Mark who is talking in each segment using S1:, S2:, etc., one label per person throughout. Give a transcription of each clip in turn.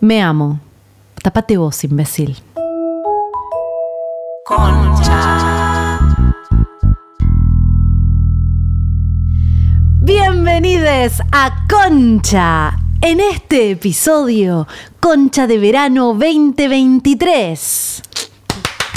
S1: Me amo. Tapate vos, imbécil. Bienvenidos a Concha. En este episodio, Concha de Verano 2023.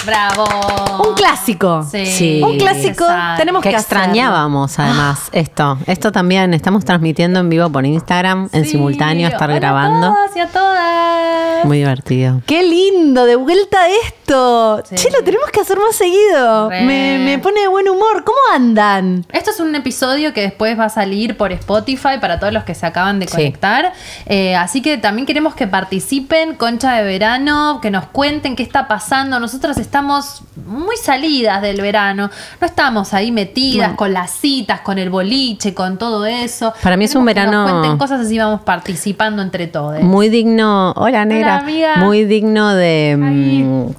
S2: ¡Bravo!
S1: Un clásico.
S2: Sí.
S1: Un clásico.
S2: Exacto.
S1: Tenemos que,
S3: Que extrañábamos
S2: Ah.
S3: además esto. Esto también estamos transmitiendo en vivo por Instagram, en
S2: Sí.
S3: simultáneo, estar
S2: Hola
S3: grabando.
S2: A todos y a todas.
S3: Muy divertido.
S1: hacerlo. Qué lindo, de vuelta esto.
S2: Sí.
S1: Che, lo tenemos que hacer más seguido.
S2: Re.
S1: Me, me pone de buen humor. ¿Cómo andan?
S2: Esto es un episodio que después va a salir por Spotify para todos los que se acaban de
S3: Sí.
S2: conectar. Eh, así que también queremos que participen, concha de verano, que nos cuenten qué está pasando. Nosotras estamos muy salidas del verano. No estamos ahí metidas con las citas, con el boliche, con todo eso.
S3: Para mí es un
S2: Queremos que nos
S3: verano-
S2: cuenten cosas así vamos participando entre todos.
S3: Muy digno. Hola, negra.
S2: amiga.
S3: Muy digno de mm,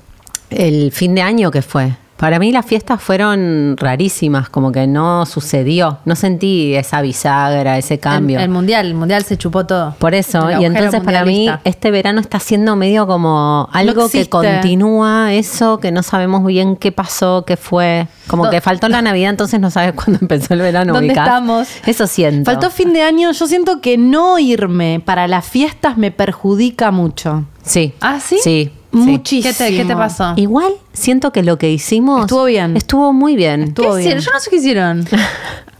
S3: el fin de año que fue. Para mí las fiestas fueron rarísimas, como que no sucedió. No sentí esa bisagra, ese
S2: El,
S3: cambio.
S2: el mundial, el mundial se chupó todo.
S3: Por eso,
S2: El
S3: y
S2: agujero
S3: entonces para mí
S2: mundialista.
S3: este verano está siendo medio como algo que
S1: existe.
S3: continúa, eso que no sabemos bien qué pasó, qué fue. Como
S2: Do-
S3: que faltó la Navidad, entonces no sabes cuándo empezó el verano.
S1: ¿Dónde
S3: ubicás.
S1: estamos?
S3: Eso siento.
S1: Faltó fin de año. Yo siento que no irme para las fiestas me perjudica mucho.
S3: Sí.
S2: ¿Ah, sí?
S3: Sí. sí.
S1: Muchísimo.
S2: ¿Qué te, qué te pasó?
S3: Igual siento que lo que hicimos...
S1: Estuvo bien.
S3: Estuvo muy bien.
S2: ¿Qué
S1: Estuvo bien.
S2: hicieron? Yo no sé qué hicieron.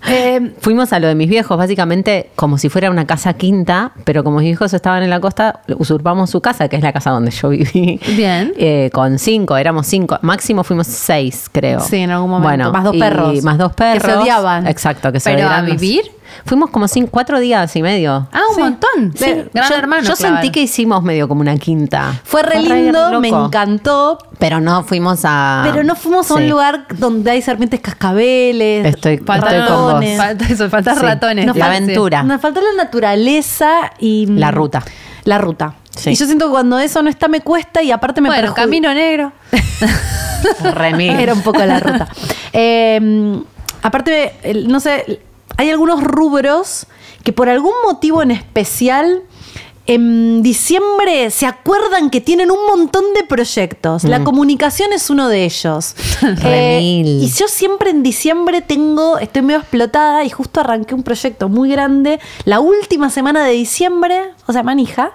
S1: Eh,
S3: Fuimos a lo de mis viejos, básicamente como si fuera una casa quinta, pero como mis viejos estaban en la costa, usurpamos su casa, que es la casa donde yo viví.
S2: Bien.
S3: Eh, con cinco, éramos cinco. Máximo fuimos seis, creo.
S1: Sí, en algún momento. Más dos
S3: y
S1: perros.
S3: Más dos
S1: Que se
S3: perros.
S1: odiaban.
S3: Exacto, que se
S2: ¿Pero a
S3: odiaban.
S2: vivir?
S3: Fuimos como cinco, cuatro días y medio.
S2: Ah, un
S1: Sí.
S2: montón.
S1: Sí.
S2: Gran
S3: yo,
S2: hermano.
S3: Yo
S2: claro.
S3: sentí que hicimos medio como una quinta.
S1: fue re lindo, me encantó.
S3: Pero no fuimos a.
S1: Pero no fuimos a un
S3: Ah, Sí.
S1: lugar donde hay serpientes cascabeles.
S3: Estoy,
S2: Faltaron-
S3: estoy con vos.
S1: ratones.
S2: Falta eso, faltan
S3: Sí.
S2: ratones.
S3: Nos
S2: sí,
S3: la
S2: sí.
S3: aventura.
S1: Nos faltó la naturaleza y. mm,
S3: La ruta.
S1: La ruta.
S3: Sí.
S1: Y yo siento que cuando eso no está me cuesta y aparte me
S2: Bueno,
S1: perjudi-
S2: camino negro.
S3: Remil.
S1: Era un poco la ruta. Eh, aparte, el- no sé, hay algunos rubros que por algún motivo en especial. En diciembre se acuerdan que tienen un montón de proyectos. La comunicación es uno de ellos. Eh,
S3: Remil.
S1: y yo siempre en diciembre tengo, estoy medio explotada y justo arranqué un proyecto muy grande la última semana de diciembre, o sea, manija,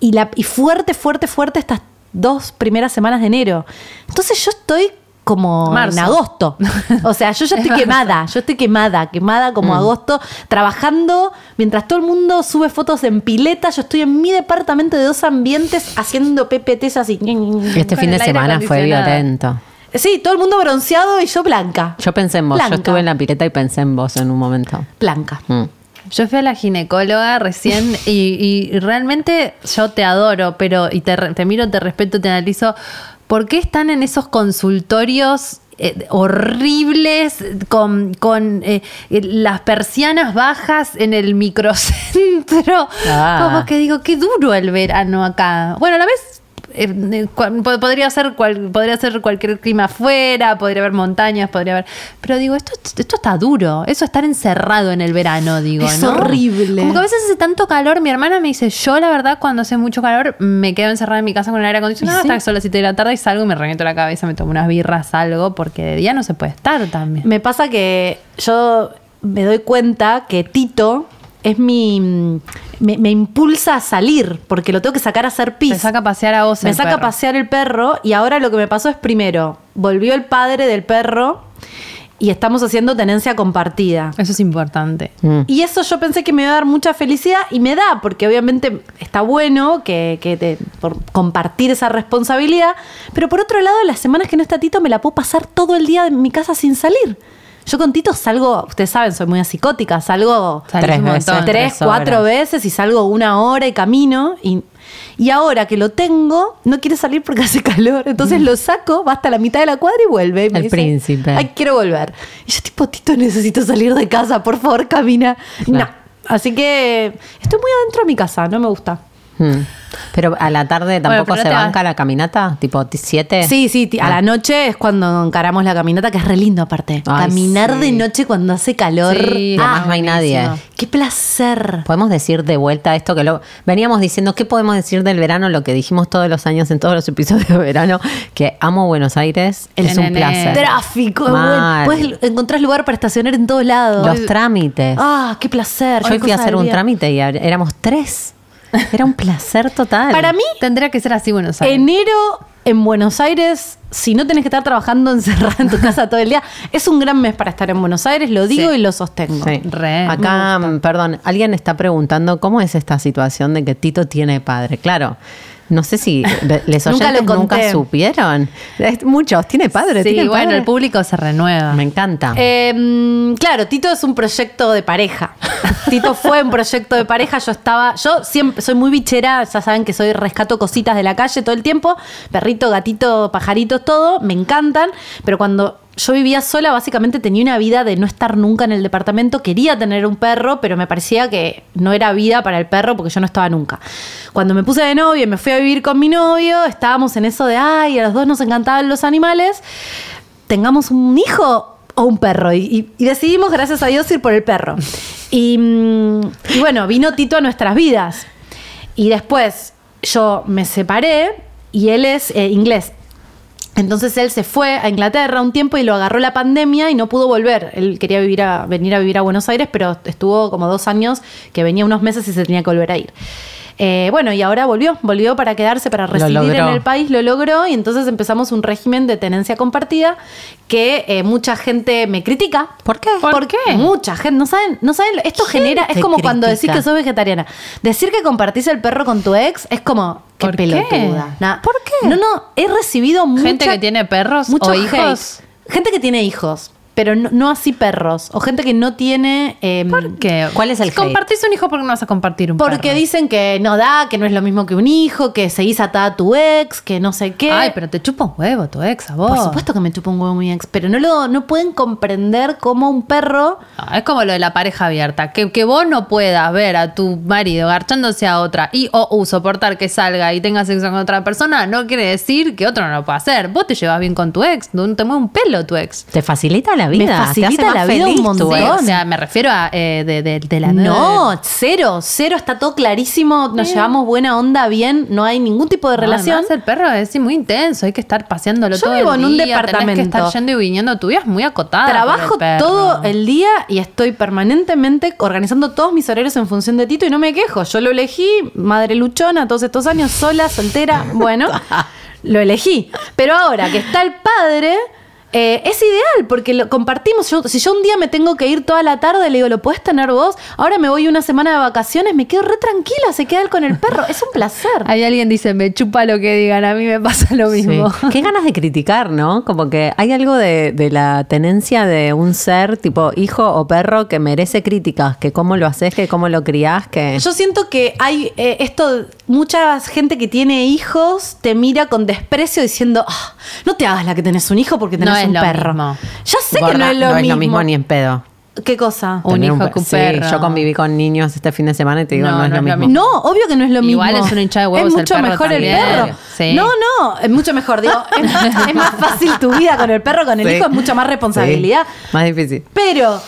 S1: y, la, y fuerte, fuerte, fuerte estas dos primeras semanas de enero. Entonces yo estoy como
S2: Marzo.
S1: en agosto. O sea, yo ya estoy quemada, yo estoy quemada, quemada como agosto, trabajando, mientras todo el mundo sube fotos en pileta, yo estoy en mi departamento de dos ambientes haciendo PPTs así.
S3: Este
S2: Con
S3: fin de
S2: el aire
S3: semana fue
S2: acondicionado.
S3: violento.
S1: Sí, todo el mundo bronceado y yo blanca.
S3: Yo pensé en vos,
S1: Blanca.
S3: yo estuve en la pileta y pensé en vos en un momento.
S1: Blanca.
S3: Mm.
S2: Yo fui a la ginecóloga recién y, y realmente yo te adoro, pero y te, re- te miro, te respeto, te analizo. ¿Por qué están en esos consultorios eh, horribles con, con, eh, eh, las persianas bajas en el microcentro?
S3: Ah.
S2: Como que digo, qué duro el verano acá. Bueno, a la vez eh, eh, cua- po- podría ser cual- podría ser cualquier clima afuera, podría haber montañas, podría haber. Pero digo, esto, esto está duro. Eso estar encerrado en el verano, digo.
S1: Es
S2: ¿no?
S1: horrible.
S2: Como que a veces hace tanto calor. Mi hermana me dice, yo la verdad, cuando hace mucho calor, me quedo encerrada en mi casa con el aire acondicionado hasta que son las 7 de la tarde y salgo y me reviento la cabeza, me tomo unas birras, salgo, porque de día no se puede estar también.
S1: Me pasa que yo me doy cuenta que Tito es mi. Me, me impulsa a salir porque lo tengo que sacar a hacer pis.
S2: Me saca a pasear a vos.
S1: Me
S2: el
S1: saca a
S2: perro.
S1: pasear el perro y ahora lo que me pasó es primero, volvió el padre del perro y estamos haciendo tenencia compartida.
S2: Eso es importante.
S3: Mm.
S1: Y eso yo pensé que me iba a dar mucha felicidad y me da, porque obviamente está bueno que, que te- por compartir esa responsabilidad, pero por otro lado, las semanas que no está Tito me la puedo pasar todo el día en mi casa sin salir. Yo con Tito salgo, ustedes saben, soy muy psicótica, salgo
S2: Salís
S3: Tres
S2: un
S3: veces,
S2: montón.
S1: tres,
S3: tres
S1: cuatro
S3: horas.
S1: veces y salgo una hora y camino. Y, y ahora que lo tengo, no quiere salir porque hace calor. Entonces lo saco, va hasta la mitad de la cuadra y vuelve. Y me
S3: El
S1: dice,
S3: príncipe.
S1: Ay, quiero volver. Y yo tipo, Tito, necesito salir de casa, por favor, camina.
S3: Claro.
S1: No. Así que estoy muy adentro de mi casa, no me gusta.
S3: Hmm. Pero a la tarde tampoco
S2: pero
S3: se
S2: te vas-
S3: banca la caminata, tipo 7.
S1: Sí, sí,
S3: Ah.
S1: ti- a la noche es cuando encaramos la caminata, que es re lindo aparte.
S3: Ay,
S1: Caminar
S3: sí.
S1: de noche cuando hace calor.
S2: Sí,
S1: Ah,
S3: Además no hay nadie.
S2: buenísimo.
S1: qué placer.
S3: Podemos decir de vuelta esto que lo veníamos diciendo, ¿qué podemos decir del verano? Lo que dijimos todos los años en todos los episodios de verano, que amo Buenos Aires,
S2: El
S3: es un
S2: nene.
S3: placer.
S1: Tráfico,
S3: Mal.
S1: puedes encontrar lugar para estacionar en todos lados.
S3: Los trámites.
S1: Ah, qué placer.
S3: Yo
S1: qué
S3: fui a
S1: cosa
S3: hacer
S1: del
S3: un
S1: día.
S3: trámite y hab- éramos tres. Era un placer total.
S1: Para mí,
S2: Tendría que ser así Buenos Aires.
S1: enero en Buenos Aires, si no tenés que estar trabajando encerrada en tu casa todo el día, es un gran mes para estar en Buenos Aires, lo digo
S2: Sí.
S1: y lo sostengo.
S3: Sí.
S2: Re,
S3: Acá, mm, perdón, alguien está preguntando cómo es esta situación de que Tito tiene padre. Claro, no sé si le- les
S1: Nunca
S3: oyentes
S1: lo
S3: nunca,
S1: conté.
S3: supieron. Es- muchos, tiene padre,
S2: sí,
S3: tiene
S2: bueno,
S3: padre.
S2: el público se renueva.
S3: Me encanta.
S1: Eh, claro, Tito es un proyecto de pareja. Tito fue un proyecto de pareja. Yo estaba, yo siempre soy muy bichera, ya saben que soy rescato cositas de la calle todo el tiempo, perrito, gatito, pajaritos, todo, me encantan, pero cuando yo vivía sola, básicamente tenía una vida de no estar nunca en el departamento, quería tener un perro, pero me parecía que no era vida para el perro porque yo no estaba nunca. Cuando me puse de novio y me fui a vivir con mi novio, estábamos en eso de, ay, a los dos nos encantaban los animales tengamos un hijo o un perro. Y, y- y decidimos, gracias a Dios, ir por el perro. Y, mm, y bueno, vino Tito a nuestras vidas. Y después yo me separé y él es eh, inglés. Entonces él se fue a Inglaterra un tiempo y lo agarró la pandemia y no pudo volver. Él quería vivir a, venir a vivir a Buenos Aires, pero estuvo como dos años que venía unos meses y se tenía que volver a ir. Eh, bueno, y ahora volvió, volvió para quedarse, para residir en
S3: logró.
S1: el país, lo logró y entonces empezamos un régimen de tenencia compartida que eh, mucha gente me critica.
S3: ¿Por qué?
S2: ¿Por qué?
S1: Mucha gente, no saben, no saben, esto genera, es
S3: te
S1: como cuando decís
S3: critica?
S1: que sos vegetariana. Decir que compartís el perro con tu ex es como, qué
S2: ¿Por qué?
S1: pelotuda. Nah.
S3: ¿Por qué?
S1: No, no, he recibido
S2: Gente
S1: mucha-
S2: que tiene perros
S1: mucho
S2: o hijos.
S1: hate. Gente que tiene hijos, pero no, no así perros. O gente que no tiene. em,
S2: ¿Por qué?
S3: ¿Cuál es el
S2: Si Compartís un hijo porque no vas a compartir un
S1: Porque
S2: perro?
S1: dicen que no da, que no es lo mismo que un hijo, que seguís atada a tu ex, que no sé qué.
S2: Ay, pero te chupa un huevo tu ex a vos.
S1: Por supuesto que me chupa un huevo mi ex, pero no lo no pueden comprender cómo un perro.
S2: No, Ah, es como lo de la pareja abierta. Que, que vos no puedas ver a tu marido garchándose a otra y o u, soportar que salga y tenga sexo con otra persona, no quiere decir que otro no lo pueda hacer. Vos te llevas bien con tu ex, no te mueve un pelo tu ex.
S3: Te facilita la vida.
S1: facilita
S3: te hace más
S1: la vida un
S3: feliz tu
S1: montón.
S3: ex.
S2: o sea, me refiero a eh, de, de- de la
S1: No, cero, cero, está todo clarísimo, nos llevamos buena onda bien, no hay ningún tipo de relación.
S2: Relación. el perro es sí, muy intenso, hay que estar paseándolo
S1: Yo
S2: todo
S1: vivo
S2: el
S1: en un
S2: día, tenés
S1: departamento.
S2: que estar yendo y viniendo, tu vida es muy acotada. por el
S1: Trabajo
S2: perro.
S1: todo el día y estoy permanentemente organizando todos mis horarios en función de Tito y no me quejo. Yo lo elegí, madre luchona, todos estos años, sola, soltera, bueno, lo elegí. Pero ahora que está el padre, eh, es ideal porque lo compartimos. Yo- si yo un día me tengo que ir toda la tarde, le digo, ¿lo puedes tener vos? Ahora me voy una semana de vacaciones, me quedo re tranquila, se queda él con el perro. Es un placer.
S2: Hay alguien dice, me chupa lo que digan, a mí me pasa lo
S3: Sí.
S2: mismo.
S3: Qué ganas de criticar, ¿no? Como que hay algo de, de la tenencia de un ser tipo hijo o perro que merece críticas, que cómo lo haces, que cómo lo criás, que...
S1: Yo siento que hay eh, esto, mucha gente que tiene hijos te mira con desprecio diciendo, "Ah, no te hagas la que tenés un hijo porque tenés
S2: No es
S1: un
S2: lo
S1: perro.
S2: mismo.
S1: Ya sé que no
S3: Gorda,
S1: es lo
S3: no
S1: mismo.
S3: es lo mismo ni en pedo.
S1: ¿Qué cosa?
S2: Un
S3: Tener
S2: hijo
S3: per-
S2: que un
S3: Sí,
S2: perro.
S3: yo conviví con niños este fin de semana y te digo,
S2: No,
S3: no, es,
S2: no
S3: lo
S2: es lo
S3: mismo.
S2: mismo.
S1: No, obvio que no es lo mismo.
S2: Igual es una hinchada de huevos
S1: Es
S2: el
S1: mucho
S2: perro
S1: mejor
S2: también.
S1: el perro.
S2: Sí.
S1: No, no, es mucho mejor. Digo, es, es más fácil tu vida con el perro, con el
S3: Sí.
S1: hijo es mucha más responsabilidad.
S3: Sí, Más difícil.
S1: Pero,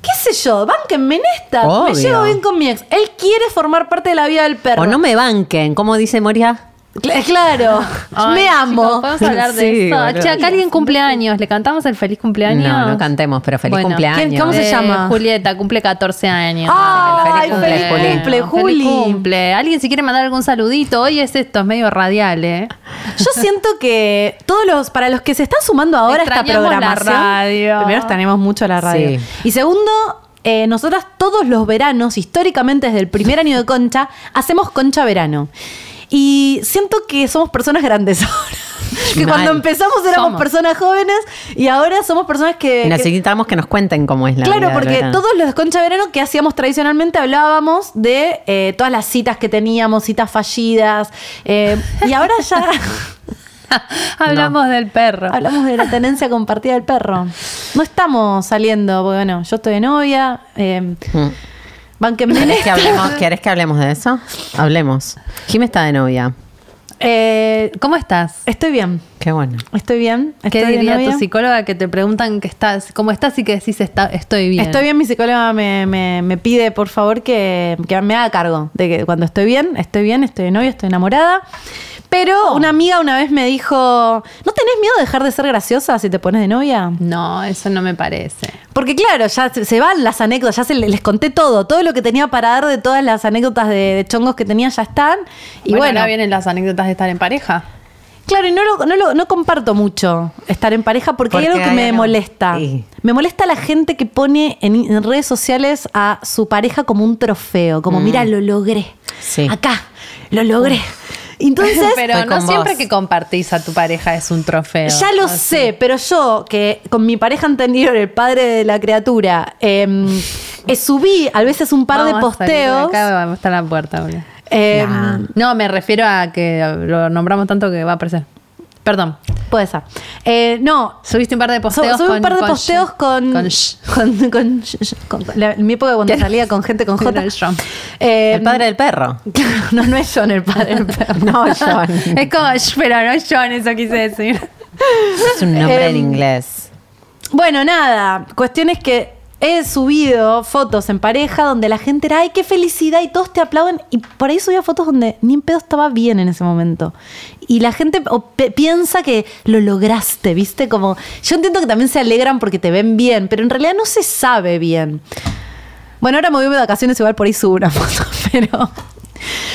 S1: qué sé yo, bánquenme en esta.
S3: Obvio.
S1: Me llevo bien con mi ex. Él quiere formar parte de la vida del perro.
S3: O no me banquen, como dice Moria.
S1: Cla- claro,
S2: Ay,
S1: me amo.
S2: chicos, Podemos hablar de
S3: Sí,
S2: eso.
S3: boludo.
S2: Che, acá alguien cumple años. ¿Le cantamos el feliz cumpleaños?
S3: No, no cantemos, pero feliz
S2: Bueno,
S3: cumpleaños.
S1: ¿quién- cómo se-
S2: Eh,
S1: llama?
S2: Julieta cumple 14 años.
S1: Ay,
S3: feliz
S1: cumple, Juli.
S2: Feliz cumple. Alguien si quiere mandar algún saludito, hoy es esto, es medio radial, ¿eh?
S1: Yo siento que todos los, para los que se están sumando ahora a esta
S2: Extrañamos la
S1: programación,
S2: radio.
S1: primero extrañamos mucho la radio.
S3: Sí.
S1: Y segundo, eh, nosotras todos los veranos, históricamente desde el primer año de Concha, hacemos Concha Verano. Y siento que somos personas grandes ahora. que cuando empezamos éramos
S2: Somos.
S1: personas jóvenes y ahora somos personas que...
S3: Y
S1: que-
S3: Necesitamos que nos cuenten cómo es la
S1: Claro,
S3: vida del
S1: porque
S3: verano.
S1: todos los concha verano que hacíamos tradicionalmente hablábamos de eh, todas las citas que teníamos, citas fallidas, eh, y ahora ya
S2: Hablamos del perro.
S1: hablamos de la tenencia compartida del perro. No estamos saliendo, porque bueno, yo estoy de novia, eh,
S3: Mm.
S1: bánquenme en
S3: ¿Querés que,
S1: esto.
S3: hablemos, querés que hablemos de eso? Hablemos. Jim está de novia.
S1: Eh,
S2: ¿Cómo estás?
S1: estoy bien,
S3: Qué bueno.
S1: estoy bien.
S2: ¿Qué
S1: estoy de
S2: diría
S1: novia.
S2: tu psicóloga que te preguntan que estás, cómo estás y que decís está, estoy bien?
S1: Estoy bien, mi psicóloga me, me- me pide por favor que, que me haga cargo de que cuando estoy bien, estoy bien, estoy de novia, estoy enamorada.
S2: Oh.
S1: Pero una amiga una vez me dijo, ¿no tenés miedo de dejar de ser graciosa si te pones de novia?
S2: No, eso no me parece.
S1: Porque claro, ya se, se van las anécdotas, ya se le- les conté todo, todo lo que tenía para dar de todas las anécdotas de, de chongos que tenía ya están. Y bueno,
S2: ahora vienen las anécdotas de estar en pareja.
S1: claro, y no, lo- no, lo- no comparto mucho estar en pareja porque hay
S3: Porque
S1: algo que
S3: hay
S1: me
S3: algo-
S1: molesta.
S3: sí.
S1: Me molesta la gente que pone en, en redes sociales a su pareja como un trofeo, como mira, lo logré.
S3: Mm. Sí.
S1: Acá, lo logré. Entonces,
S2: Pero
S3: Estoy
S2: no
S3: con
S2: siempre
S3: vos.
S2: que compartís a tu pareja es un trofeo.
S1: ya lo sé, pero yo, que con mi pareja anterior, el padre de la criatura, em, eh, subí a veces un par de
S2: Vamos a salir
S1: posteos.
S2: Acá vamos a estar la puerta, boludo.
S1: em,
S3: Nah.
S2: No, me refiero a que lo nombramos tanto que va a aparecer. Perdón.
S1: Puede ser. Eh, no.
S2: Subiste un par de
S1: so-
S2: posteos
S1: subí
S2: con
S1: un par de
S2: con
S1: posteos
S2: sh-
S1: con.
S2: con sh-
S1: con- con sh- con- con- la- en mi época cuando
S2: Era-
S1: salía con gente con J.
S2: era el Trump.
S1: Eh,
S3: El padre del perro.
S1: Claro, no, no es John el padre del perro.
S3: No, John.
S2: Es como, sh, pero no es John, eso quise decir.
S3: Es un nombre
S1: Em,
S3: en inglés.
S1: Bueno, nada, cuestión es que he subido fotos en pareja donde la gente era, ay, qué felicidad, y todos te aplauden, y por ahí subía fotos donde ni en pedo estaba bien en ese momento. Y la gente o pe- piensa que lo lograste, ¿viste? Como, yo entiendo que también se alegran porque te ven bien, pero en realidad no se sabe bien. Bueno, ahora me voy de vacaciones, igual por ahí subo una foto, pero...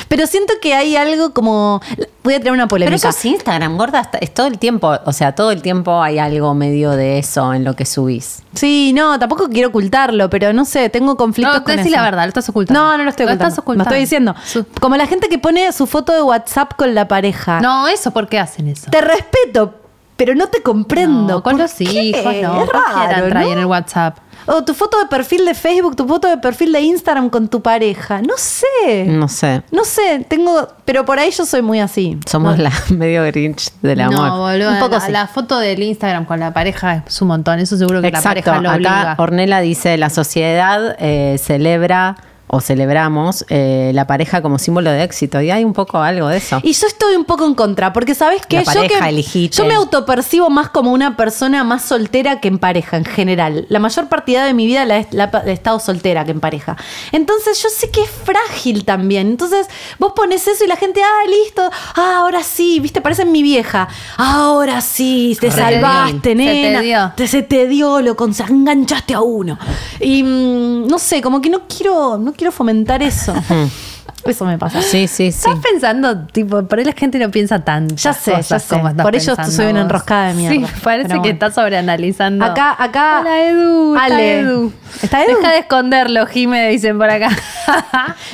S1: Pero siento que hay algo como... Voy a tener una
S3: Pero
S1: polémica.
S3: eso sí, Instagram, gorda, está- es todo el tiempo. O sea, todo el tiempo hay algo medio de eso en lo que subís.
S1: Sí, no, tampoco quiero ocultarlo, pero no sé, tengo conflictos
S2: No, tú
S1: con
S2: decís
S1: eso.
S2: la verdad, lo estás ocultando.
S1: No, no lo estoy
S2: Lo
S1: ocultando.
S2: estás ocultando.
S1: Lo estoy diciendo.
S2: Su-
S1: Como la gente que pone su foto de WhatsApp con la pareja.
S2: No, eso, ¿por qué hacen eso?
S1: Te respeto, pero no te comprendo.
S2: No, con
S1: ¿Por
S2: los
S1: qué?
S2: hijos, no.
S1: Es raro,
S2: Cualquiera trae en el
S1: ¿no?
S2: WhatsApp.
S1: O tu foto de perfil de Facebook, tu foto de perfil de Instagram con tu pareja. No sé.
S2: Mm.
S3: No sé.
S1: No sé, tengo, pero por ahí yo soy muy así.
S3: Somos la medio grinch del amor.
S2: No, boludo.
S1: Un poco
S2: la,
S1: sí.
S2: la foto del Instagram con la pareja es un montón. Eso seguro que la
S3: Exacto.
S2: pareja lo obliga.
S3: Acá Ornella dice, la sociedad eh, celebra o celebramos eh, la pareja como símbolo de éxito. Y hay un poco algo de eso.
S1: Y yo estoy un poco en contra, porque sabes que
S3: La
S1: yo
S3: pareja,
S1: que
S3: el hijito.
S1: yo me autopercibo más como una persona más soltera que en pareja en general. La mayor partida de mi vida la he, la he estado soltera que en pareja. Entonces yo sé que es frágil también. Entonces vos pones eso y la gente, ah, listo, ah, ahora sí, viste, parecen mi vieja. Ahora sí, te
S3: Re
S1: salvaste,
S2: bien. Se te
S1: nena.
S2: dio.
S1: Te- se te dio, lo con- enganchaste a uno. Y mm, no sé, como que no quiero, no quiero fomentar eso. eso me pasa.
S3: Sí, sí, sí.
S2: Estás pensando, tipo, por ahí la gente no piensa tanto.
S1: Ya sé, ya sé. Por ello soy una enroscada de mierda.
S2: Sí, parece
S1: Pero
S2: que
S1: bueno.
S2: estás sobreanalizando.
S1: Acá, acá.
S2: Hola, Edu.
S1: Ale.
S2: Está Edu.
S1: ¿Está Edu?
S2: Deja de esconderlo, Jime, dicen por acá.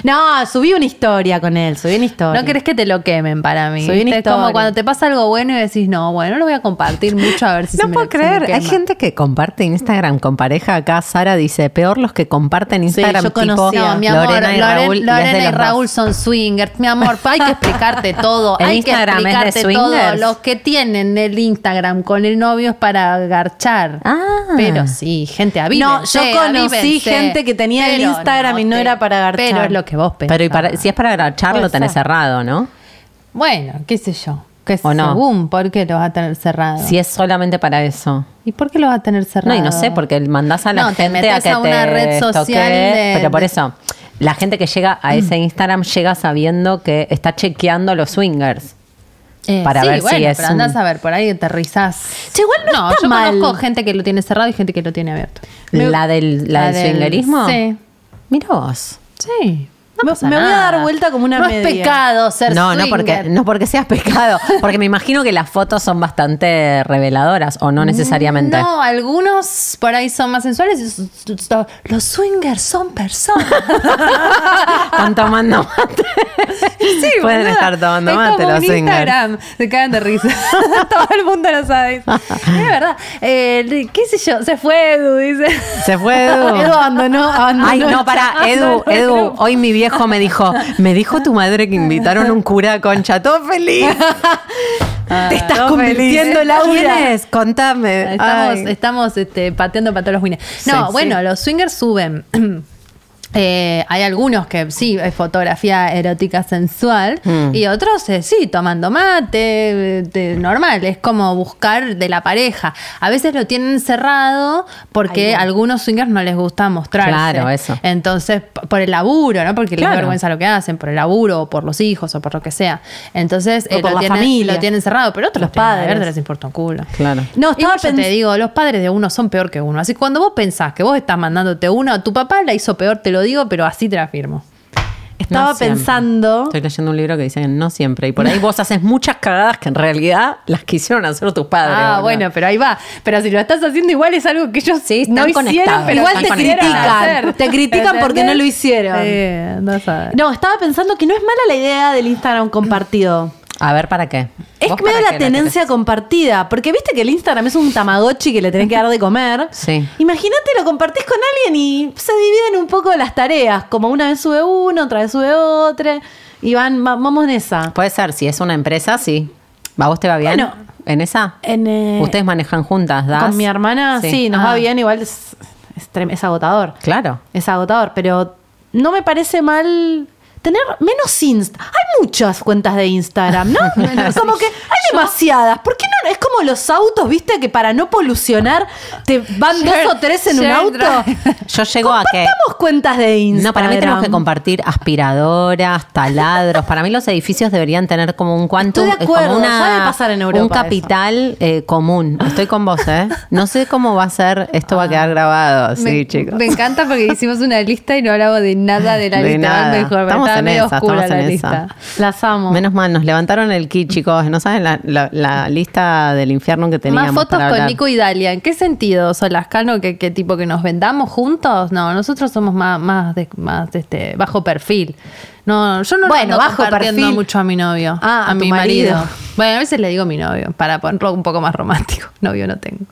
S1: No, subí una historia con él, subí una historia.
S2: No querés que te lo quemen para mí.
S1: Soy una
S2: ¿viste? Es como
S1: historia.
S2: cuando te pasa algo bueno y decís, no, bueno, no lo voy a compartir mucho a ver si se
S3: No
S2: me
S3: puedo
S2: se me
S3: creer, hay
S2: quema".
S3: gente que comparte Instagram con pareja. Acá Sara dice, peor los que comparten Instagram
S1: yo
S3: tipo
S1: conocía.
S2: No, mi amor,
S3: Lorena y Raúl. y es de
S2: Lorena y
S3: los dos.
S2: Raúl son swingers. Mi amor, pa, hay que explicarte todo.
S3: ¿El
S2: hay
S3: Instagram es
S2: que
S3: de
S2: explicarte todo.
S3: swingers?
S2: Los que tienen el Instagram con el novio es para garchar.
S3: Ah.
S2: Pero sí, gente, avívense.
S1: No, yo conocí
S2: avívense.
S1: gente que tenía el Instagram y no era para garchar.
S2: Pero es lo que vos pensás.
S3: Pero y para- si es para agachar,
S1: Puede
S3: lo tenés
S1: ser.
S3: cerrado, ¿no?
S2: Bueno, qué sé yo. Que
S3: ¿O no?
S2: según, ¿por qué lo vas a tener cerrado?
S3: Si es solamente para eso.
S2: ¿Y por qué lo vas a tener cerrado?
S3: No, y no sé, porque mandás a la
S2: No, te
S3: gente a
S2: metes
S3: que
S2: a una
S3: te
S2: red social
S3: estoquee,
S2: de-
S3: pero por
S2: de-
S3: eso, la gente que llega a ese
S2: Mm.
S3: Instagram llega sabiendo que está chequeando los swingers.
S2: Eh,
S3: para
S2: sí,
S3: ver si
S2: bueno,
S3: es
S2: pero andás
S3: un-
S2: a ver, por ahí aterrizás.
S1: Che, igual no está
S2: yo
S1: mal.
S2: conozco gente que lo tiene cerrado y gente que lo tiene abierto.
S3: ¿La del, la
S2: la
S3: del
S2: del-
S3: swingerismo?
S2: sí.
S3: Mira vos.
S2: Sí.
S1: Me-
S2: pasa
S1: me voy a
S2: nada.
S1: dar vuelta como una
S2: No
S1: media.
S2: es pecado ser
S3: No, no
S2: swinger.
S3: porque, no porque seas pecado, porque me imagino que las fotos son bastante reveladoras o no necesariamente.
S2: No, algunos por ahí son más sensuales. y s- s- s- Los swingers son personas.
S3: Están tomando mate.
S2: Sí,
S3: Pueden
S2: boluda.
S3: estar tomando
S2: es
S3: mate
S2: como
S3: los
S2: un
S3: swingers.
S2: Instagram. Se cagan de risa. Todo el mundo lo sabe. Es verdad. Eh, ¿Qué sé yo? Se fue Edu, dice.
S3: Se fue Edu.
S1: Edu abandonó, abandonó
S3: Ay, no,
S1: el
S3: para,
S1: chat.
S3: Edu, Edu, hoy mi viejo me dijo, me dijo tu madre que invitaron un cura a concha, todo feliz. Te estás
S1: todo feliz.
S3: convirtiendo, Laura.
S1: ¿Quién
S3: es? Contame.
S2: Estamos, estamos este, pateando para todos los winners. No,
S3: Sí,
S2: bueno,
S3: sí.
S2: los swingers suben. Eh, hay algunos que sí, es fotografía erótica sensual
S3: Mm.
S2: y otros eh, sí, tomando mate, eh, de- normal, es como buscar de la pareja. A veces lo tienen cerrado porque a algunos swingers no les gusta mostrarse.
S3: Claro, eso.
S2: Entonces, p- por el laburo, ¿no? Porque les da
S3: Claro.
S2: vergüenza lo que hacen, por el laburo o por los hijos o por lo que sea. Entonces, eh,
S1: O por
S2: lo,
S1: la
S2: tienen,
S1: familia.
S2: lo tienen cerrado, pero otros
S1: Los
S2: los padres.
S1: padres.
S2: les importa un culo.
S3: Claro.
S1: No, estaba
S2: Igual yo te
S1: pens-
S2: digo, los padres de uno son peor que uno. Así que cuando vos pensás que vos estás mandándote uno, a tu papá la hizo peor, te lo digo, pero así te la afirmo.
S1: Estaba
S3: No siempre.
S1: pensando.
S3: Estoy leyendo un libro que dice que no siempre. Y por ahí vos haces muchas cagadas que en realidad las quisieron hacer tus padres.
S2: ah,
S3: boludo.
S2: bueno, pero ahí va. Pero si lo estás haciendo igual es algo que ellos
S3: Sí, están
S2: no hicieron,
S3: conectados.
S2: pero
S1: Igual
S2: te
S1: te critican. Te critican porque no lo hicieron.
S2: no sabes.
S1: No, estaba pensando que no es mala la idea del Instagram compartido.
S3: A ver, ¿para qué?
S1: Es
S3: ¿Vos
S1: medio
S3: para
S1: la
S3: qué
S1: tenencia compartida, porque viste que el Instagram es un tamagotchi que le tenés que dar de comer.
S3: Sí.
S1: Imagínate, lo compartís con alguien y se dividen un poco las tareas, como una vez sube uno, otra vez sube otra, y van, va- vamos en esa.
S3: querés? Puede ser, si es una empresa, sí. ¿A vos te va bien?
S1: Bueno.
S3: ¿En esa?
S1: En, eh,
S3: Ustedes manejan juntas, ¿das?
S1: Con mi hermana, sí, nos va
S2: Ah.
S1: bien, igual es, es trem- es agotador.
S3: Claro.
S1: Es agotador, pero no me parece mal tener menos Insta. Hay muchas cuentas de Instagram, ¿no?
S2: Menos.
S1: como que hay demasiadas. ¿Por qué no? Es como los autos, ¿viste? Que para no polucionar te van
S2: Share-
S1: dos o tres en un
S2: share
S1: auto.
S2: drive.
S3: Yo llego a que.
S1: Compartamos cuentas de Instagram.
S3: ah, No, para mí tenemos que compartir aspiradoras, taladros. Para mí los edificios deberían tener como un cuantum,
S1: Estoy de
S3: eh, como
S1: acuerdo,
S3: una-
S1: sabe pasar en Europa
S3: un
S1: eso.
S3: capital eh, común. Estoy con vos, ¿eh? No sé cómo va a ser, esto
S1: Ah.
S3: va a quedar grabado, sí,
S2: me,
S3: chicos.
S2: me encanta porque hicimos una lista y no hablamos de nada de la
S3: De
S2: lista.
S3: nada.
S2: Mejor, pero
S3: Estamos
S2: estaba
S3: en
S2: medio
S3: esa,
S2: oscura
S3: estamos
S2: la
S3: en
S2: lista.
S3: esa.
S1: Las amo.
S3: Menos mal, nos levantaron el ki, chicos. No saben la, la- la lista del infierno que teníamos.
S2: Más fotos
S3: para
S2: con
S3: hablar.
S2: Nico y Dalia. ¿En qué sentido, Solascano? ¿Qué, qué tipo que nos vendamos juntos? No, nosotros somos más, más, de- más de este, bajo perfil. No, yo no
S1: Bueno,
S2: le ando
S1: bajo
S2: compartiendo
S1: perfil.
S2: mucho a mi novio.
S1: Ah, a tu
S2: mi
S1: marido.
S2: Bueno, a veces le digo mi novio, para ponerlo un poco más romántico. Novio no tengo.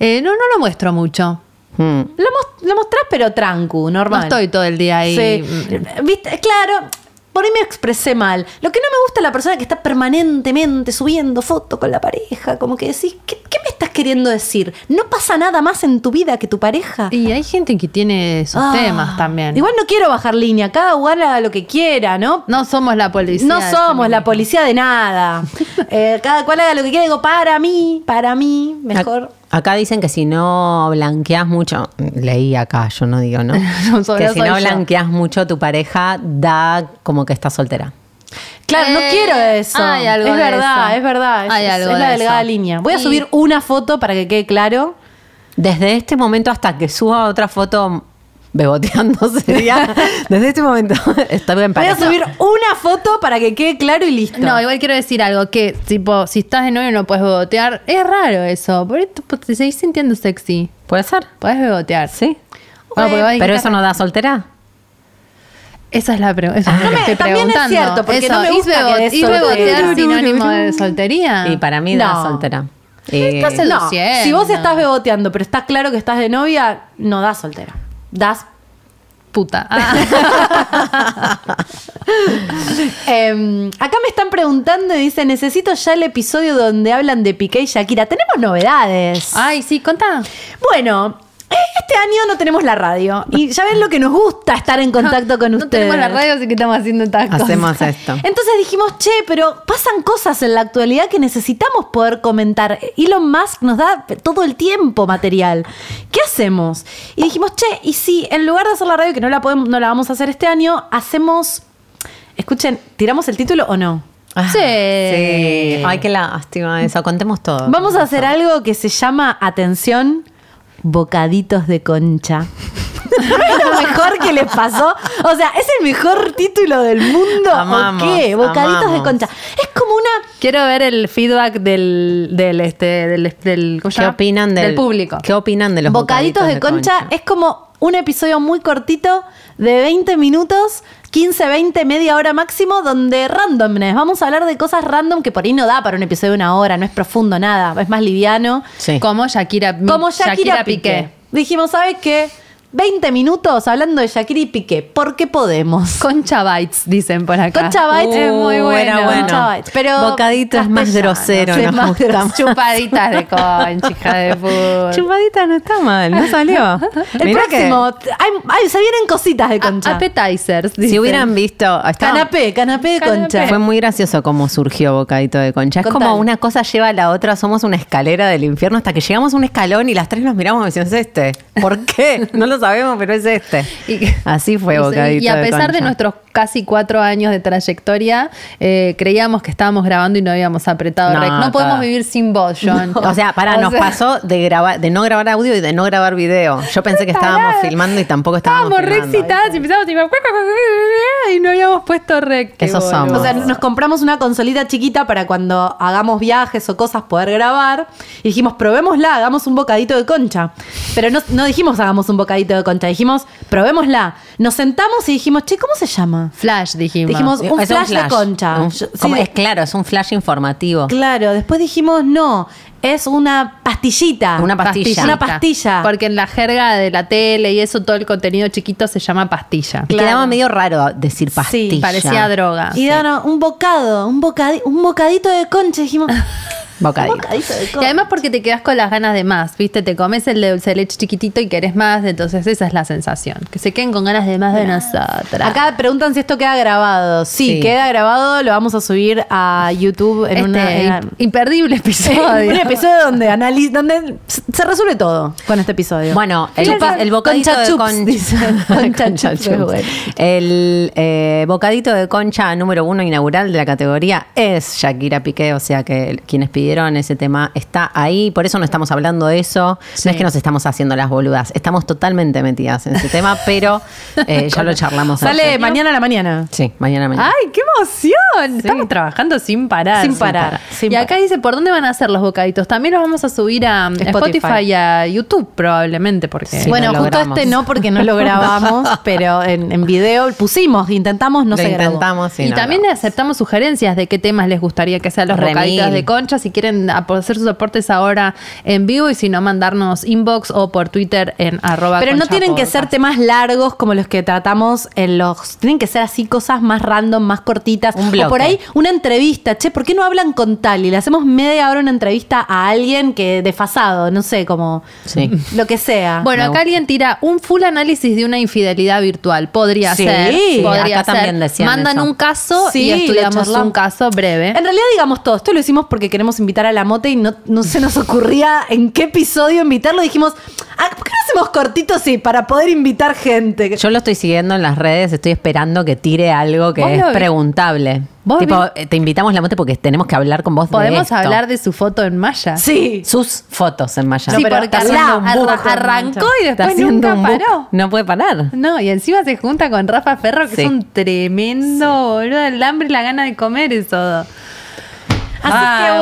S2: Eh, no, no lo muestro mucho.
S3: Hmm.
S1: Lo, mos- lo mostrás, pero trancu, normal.
S2: No estoy todo el día ahí.
S1: Sí. Viste, claro, por ahí me expresé mal. Lo que no me gusta es la persona que está permanentemente subiendo fotos con la pareja, como que decís, ¿qué, qué me estás queriendo decir? ¿No pasa nada más en tu vida que tu pareja?
S2: Y hay gente que tiene esos
S1: Ah.
S2: temas también.
S1: Igual no quiero bajar línea, cada jugar a lo que quiera, ¿no?
S2: no somos la policía.
S1: No
S2: del
S1: somos la
S2: feminismo.
S1: policía de nada. Eh, cada cual haga lo que quiera, digo, para mí, para mí, mejor.
S3: Ac- Acá dicen que si no blanqueas mucho, leí acá, yo no digo, ¿no?
S2: No, soy-
S3: que
S2: no
S3: si
S2: soy
S3: no
S2: yo.
S3: blanqueas mucho tu pareja, da como que está soltera.
S1: Claro, no
S2: Eh,
S1: quiero eso.
S2: hay algo
S1: es
S2: de
S1: verdad,
S2: eso.
S1: es verdad. Es,
S2: Hay
S1: es-
S2: algo
S1: es la
S2: de
S1: delgada
S2: eso.
S1: línea. Voy a
S2: Y-
S1: subir una foto para que quede claro.
S3: Desde este momento hasta que suba otra foto beboteando sería. desde este momento está bien
S1: Voy a
S3: parecido.
S1: subir una foto para que quede claro y listo.
S2: No, igual quiero decir algo, que tipo, si estás de novio no puedes bebotear. Es raro eso, porque tú pues, te seguís sintiendo sexy.
S3: ¿Puede ser?
S2: Puedes bebotear.
S3: Sí.
S2: Bueno, porque vos dijiste-
S3: Pero eso no da soltera.
S2: Esa es la pregunta.
S1: No me- Ah. también es cierto, porque no me gusta que des
S2: ¿Y
S1: soltera.
S2: bebotear sinónimo de soltería?
S3: Y para mí da
S1: No.
S3: soltera. Eh, Y-
S2: Estás
S1: No,
S2: seduciendo.
S1: si vos estás beboteando, pero está claro que estás de novia, no das soltera. Das.
S2: Puta. Ah.
S1: Em, acá me están preguntando y dice: Necesito ya el episodio donde hablan de Piqué y Shakira. Tenemos novedades.
S2: Ay, sí, contá.
S1: Bueno. eh, Este año no tenemos la radio y ya ven lo que nos gusta estar en contacto con
S2: no
S1: ustedes.
S2: tenemos la radio, así que estamos haciendo estas cosas.
S3: Hacemos esto.
S1: Entonces dijimos, che, pero pasan cosas en la actualidad que necesitamos poder comentar. Elon Musk nos da todo el tiempo material. ¿Qué hacemos? Y dijimos, che, y si en lugar de hacer la radio, que no la, podemos, no la vamos a hacer este año, hacemos. Escuchen, ¿tiramos el título o no?
S3: Ah,
S2: Sí.
S3: sí. Ay, qué lástima eso. Contemos todo.
S1: Vamos a hacer algo que se llama, atención, bocaditos de concha. es lo mejor que les pasó. O sea, es el mejor título del mundo.
S3: Amamos,
S1: ¿O qué? Bocaditos
S3: amamos.
S1: de concha. Es como una.
S2: Quiero ver el feedback del, del, este, del, del- ¿cómo se
S3: ¿Qué
S2: llama?
S3: opinan del,
S2: del público.
S3: ¿Qué opinan de los
S1: bocaditos, de, concha, es como un episodio muy cortito de 20 minutos, 15, 20, media hora máximo, donde randomness. Vamos a hablar de cosas random que por ahí no da para un episodio de una hora, no es profundo nada, es más liviano.
S3: Sí.
S2: Como Shakira,
S1: Como Shakira, Piqué. Dijimos, ¿sabes qué? 20 minutos hablando de Shakira y Piqué, porque podemos.
S2: Concha Bites, dicen por acá.
S1: Concha Bites es muy
S3: Uh, era
S1: bueno.
S3: bueno.
S1: Concha Bites, pero
S3: Bocaditos más
S1: castellano,
S3: grosero,
S1: sí,
S3: nos
S1: más
S3: gusta
S1: grosero.
S3: más.
S2: Chupaditas de concha, hija de puta.
S3: Chupadita no está mal, no salió.
S1: El
S3: Mirá que- Ah,
S1: próximo, hay- hay- se vienen cositas de
S2: A-
S1: concha.
S2: appetizers, dicen.
S3: si hubieran visto, está-
S1: Canapé, canapé de
S2: Canapé.
S1: concha.
S3: Fue muy gracioso cómo surgió Bocadito de Concha. Es
S1: Contale.
S3: como una cosa lleva a la otra, somos una escalera del infierno hasta que llegamos a un escalón y las tres nos miramos y decimos, es este. ¿Por qué? No lo sabemos, pero es este.
S2: Y-
S3: Así fue
S2: y-
S3: Bocadito
S2: Y a pesar de,
S3: Concha.
S2: nuestros casi cuatro años de trayectoria, eh, creíamos que estábamos grabando y no habíamos apretado
S3: No,
S2: rec. No
S3: está.
S2: podemos vivir sin vos, John.
S3: O sea, para,
S2: O
S3: nos
S2: sea,
S3: pasó de grabar, de no grabar audio y de no grabar video. Yo pensé que estábamos filmando y tampoco estábamos.
S2: Estábamos re
S3: filmando.
S2: excitadas y empezamos tipo, y no habíamos puesto rec. Qué
S3: Eso
S2: boludo.
S3: somos.
S1: O sea, nos compramos una consolita chiquita para cuando hagamos viajes o cosas poder grabar. Y dijimos, probémosla, hagamos un bocadito de concha. Pero no, no dijimos hagamos un bocadito de concha, dijimos, probémosla. Nos sentamos y dijimos, che, ¿cómo se llama?
S2: Flash dijimos.
S1: Dijimos, un
S3: Es
S1: flash de concha.
S3: Un-
S1: Yo- sí,
S3: como-
S1: de-
S3: es claro, es un flash informativo.
S1: Claro, después dijimos, no, es una pastillita.
S3: Una pastilla.
S1: Una pastilla.
S2: Porque en la jerga de la tele y eso, todo el contenido chiquito se llama pastilla.
S3: Y
S1: Claro.
S3: quedaba medio raro decir
S1: Sí,
S3: pastilla.
S2: Parecía droga.
S1: Y daban un bocado, un, bocadi- un bocadito de concha. Dijimos,
S3: Bocadillo.
S1: un bocadito de
S2: Y
S1: concha.
S2: además porque te quedas con las ganas de más, ¿viste? Te comes el de dulce de leche chiquitito y querés más, entonces esa es la sensación. Que se queden con ganas de más de nosotras.
S1: Acá preguntan si esto queda grabado. Sí,
S3: Sí.
S1: queda grabado, lo vamos a subir a YouTube en
S2: Este
S1: una- eh, en-
S2: imp- imperdible episodio.
S1: un episodio donde analiz- donde se se resuelve todo con este episodio.
S3: Bueno, el,
S1: Chupa-
S3: el bocadito
S1: concha
S3: de
S1: chups,
S3: concha.
S1: dice. Concha chups, es bueno.
S3: El eh, bocadito de concha número uno inaugural de la categoría es Shakira Piqué, o sea que quienes pidieron ese tema está ahí, por eso no estamos hablando de eso,
S2: Sí.
S3: no es que nos estamos haciendo las boludas, estamos totalmente metidas en ese tema, pero eh, ya lo charlamos.
S1: Sale Ah,
S3: ayer.
S1: mañana a la mañana.
S3: Sí, mañana mañana.
S2: ¡Ay, qué emoción! Estamos trabajando sin parar.
S1: Sin parar, sin
S2: y acá dice, ¿por dónde van a hacer los bocaditos? También los vamos a subir a um, Spotify,
S1: Spotify
S2: y a YouTube probablemente, porque...
S3: Sí,
S1: bueno,
S3: lo
S1: justo
S3: logramos.
S1: este no porque no lo grabamos, pero en, en video pusimos, intentamos, no
S3: Lo
S1: se grabó.
S3: intentamos
S2: y
S3: no
S2: también
S3: grabamos.
S2: aceptamos sugerencias de qué temas les gustaría que sean los
S3: Remil.
S2: bocaditos de concha. Si quieren ap- hacer sus aportes ahora en vivo y si no, mandarnos inbox o por Twitter en arroba
S1: Pero no
S2: concha
S1: tienen que
S2: podcast.
S1: ser temas largos como los que tratamos en los. Tienen que ser así cosas más random, más cortitas.
S3: Un
S1: o
S3: bloque.
S1: por ahí una entrevista. Che, ¿por qué no hablan con tal? Y le hacemos media hora una entrevista a alguien que desfasado, no sé, como.
S3: Sí.
S1: Lo que sea.
S2: Bueno,
S3: Me
S2: acá
S3: gusta.
S2: alguien tira un full análisis de una infidelidad virtual. Podría
S1: Sí,
S2: ser.
S1: sí,
S2: podría ser.
S3: acá también decían
S2: Mandan
S3: eso.
S2: un caso
S1: Sí,
S2: y
S1: lo
S2: estudiamos
S1: charlamos.
S2: un caso breve.
S1: En realidad digamos todo, esto lo hicimos porque queremos invitar a la mote y no, no se nos ocurría en qué episodio invitarlo. Dijimos, "Ah, ¿por qué no hacemos cortitos sí, para poder invitar gente?
S3: Yo lo estoy siguiendo en las redes, estoy esperando que tire algo
S2: ¿Vos
S3: que es
S2: lo vi?
S3: preguntable.
S2: ¿Vos
S3: Tipo,
S2: vi?
S3: eh, te invitamos la mote porque tenemos que hablar con vos de
S2: Podemos
S3: esto.
S2: hablar de su foto en maya.
S1: sí.
S3: sus fotos en Miami.
S2: Sí,
S1: pero
S2: porque
S1: está haciendo un
S2: arra-
S1: buco,
S2: arra- arrancó y
S3: Está
S2: después
S3: haciendo
S2: nunca
S3: un bu-
S2: paró.
S3: No puede parar.
S2: No, y encima se junta con Rafa Ferro, que
S3: Sí.
S2: es un tremendo boludo. El hambre y la gana de comer eso. Así
S1: Así que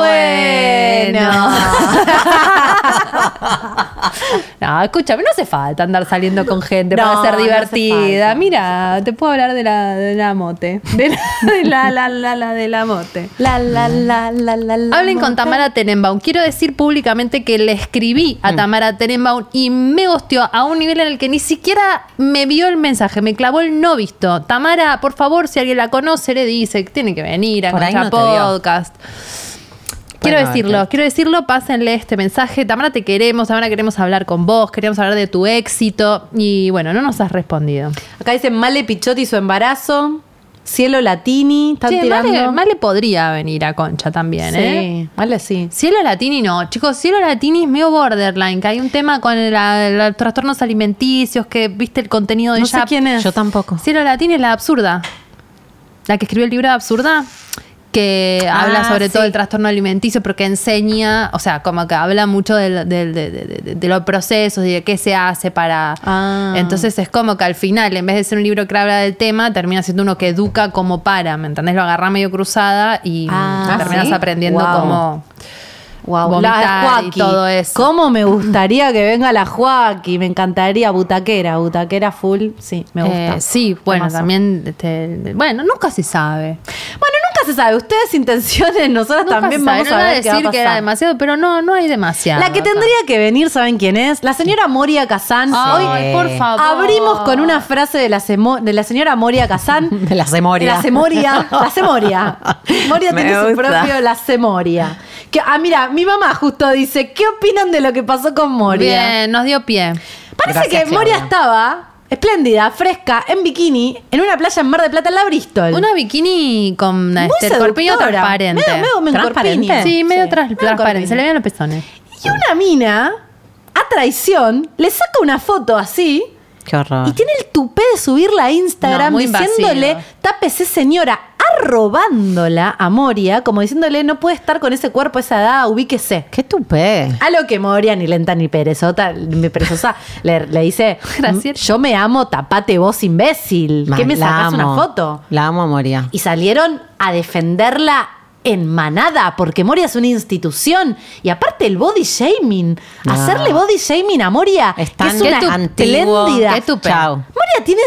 S1: bueno.
S2: no, escúchame, no hace falta andar saliendo con gente
S1: No,
S2: para ser
S1: no hace
S2: divertida.
S1: falta.
S2: Mira, te puedo hablar de la, de la mote. De la, de la, la, la, la, de la mote.
S1: La, la, la, la, la, la.
S2: Hablen con
S1: mote.
S2: Tamara Tenenbaum. Quiero decir públicamente que le escribí
S3: Mm.
S2: a Tamara Tenenbaum y me gosteó a un nivel en el que ni siquiera me vio el mensaje, me clavó el no visto. Tamara, por favor, si alguien la conoce, le dice que tiene que venir a
S3: Por ahí
S2: Concha
S3: no te vio.
S2: Podcast. Quiero
S3: Bueno,
S2: decirlo,
S3: entonces.
S2: quiero decirlo, pásenle este mensaje. Tamara, te queremos, Tamara, queremos hablar con vos, queríamos hablar de tu éxito y bueno, no nos has respondido.
S1: Acá dicen Male Pichotti y su embarazo. Cielo Latini. Están
S2: Che,
S1: tirando.
S2: Male, Male podría venir a Concha también,
S1: sí,
S2: ¿eh?
S1: Male sí.
S2: Cielo Latini no, chicos, Cielo Latini es medio borderline, que hay un tema con la- los trastornos alimenticios, que viste el contenido de
S1: No sé
S2: ella.
S1: quién es.
S3: Yo tampoco.
S2: Cielo Latini es la absurda. La que escribió el libro de Absurda, que
S3: Ah,
S2: habla sobre
S3: sí.
S2: todo el trastorno alimenticio, porque enseña, o sea, como que habla mucho del- del- de, de- de- de los procesos y de qué se hace para...
S1: Ah.
S2: Entonces es como que al final, en vez de ser un libro que habla del tema, termina siendo uno que educa como para, ¿me entendés? Lo agarra medio cruzada y
S1: Ah,
S2: terminas
S3: ¿sí?
S2: aprendiendo
S3: Guau.
S2: cómo...
S1: Wow,
S2: Vomitar
S1: la
S2: y
S1: Joaquín.
S2: todo eso.
S1: ¿Cómo me gustaría que venga la Joaquín? Me encantaría, butaquera, butaquera full. Sí, me gusta.
S2: Eh, sí, bueno,
S1: Temazo.
S2: también... este, bueno, nunca se sabe.
S1: Bueno, nunca se sabe. Ustedes intenciones, nosotras
S2: Nunca
S1: también
S2: se sabe.
S1: vamos
S2: No
S1: a
S2: iba
S1: ver qué va a
S2: decir que era
S1: pasar.
S2: demasiado, pero no, no hay demasiado.
S1: La que
S2: acá.
S1: tendría que venir, ¿saben quién es? La señora Moria Kazán. Hoy
S2: Ay, por favor.
S1: abrimos con una frase de la, semo- de la señora Moria Kazán.
S3: De la Semoria.
S1: De La Semoria. La Semoria. Moria
S3: Me
S1: tiene su
S3: gusta.
S1: propio La Semoria. Que, ah, mira, mi mamá justo dice, ¿qué opinan de lo que pasó con Moria?
S2: Bien, nos dio pie.
S1: Parece
S3: Gracias,
S1: que Moria
S3: Claudia.
S1: estaba espléndida, fresca, en bikini, en una playa en Mar de Plata, en la Bristol.
S2: Una bikini con
S1: Muy
S2: este corpiño
S1: seductora.
S2: transparente.
S1: Medio, medio, medio
S3: ¿Transparente?
S1: corpiño.
S2: Sí, medio tras-
S1: medio
S2: transparente.
S1: corpiño.
S2: Se le veían los pezones.
S1: Y una mina, a traición, le saca una foto así
S3: Qué horror.
S1: y tiene el tupé de subirla a Instagram
S2: No, muy invasivo.
S1: diciéndole, tápese señora, arrobándola a Moria, como diciéndole, no puede estar con ese cuerpo, esa edad, ubíquese.
S3: Qué tupé.
S1: A lo que Moria, ni lenta ni perezota, ni perezosa, le, le dice, "Mm,
S2: Gracias.
S1: yo me amo, tapate vos, imbécil. ¿Qué
S3: Mal,
S1: me
S3: la
S1: sacás una
S3: amo.
S1: foto?
S3: La amo a Moria.
S1: Y salieron a defenderla en manada, porque Moria es una institución. Y aparte el body shaming,
S3: No.
S1: hacerle body shaming a Moria,
S3: Es
S1: que
S3: tan
S1: es una
S3: antiguo.
S1: espléndida.
S2: Qué tupé.
S3: Chau.
S1: Moria tiene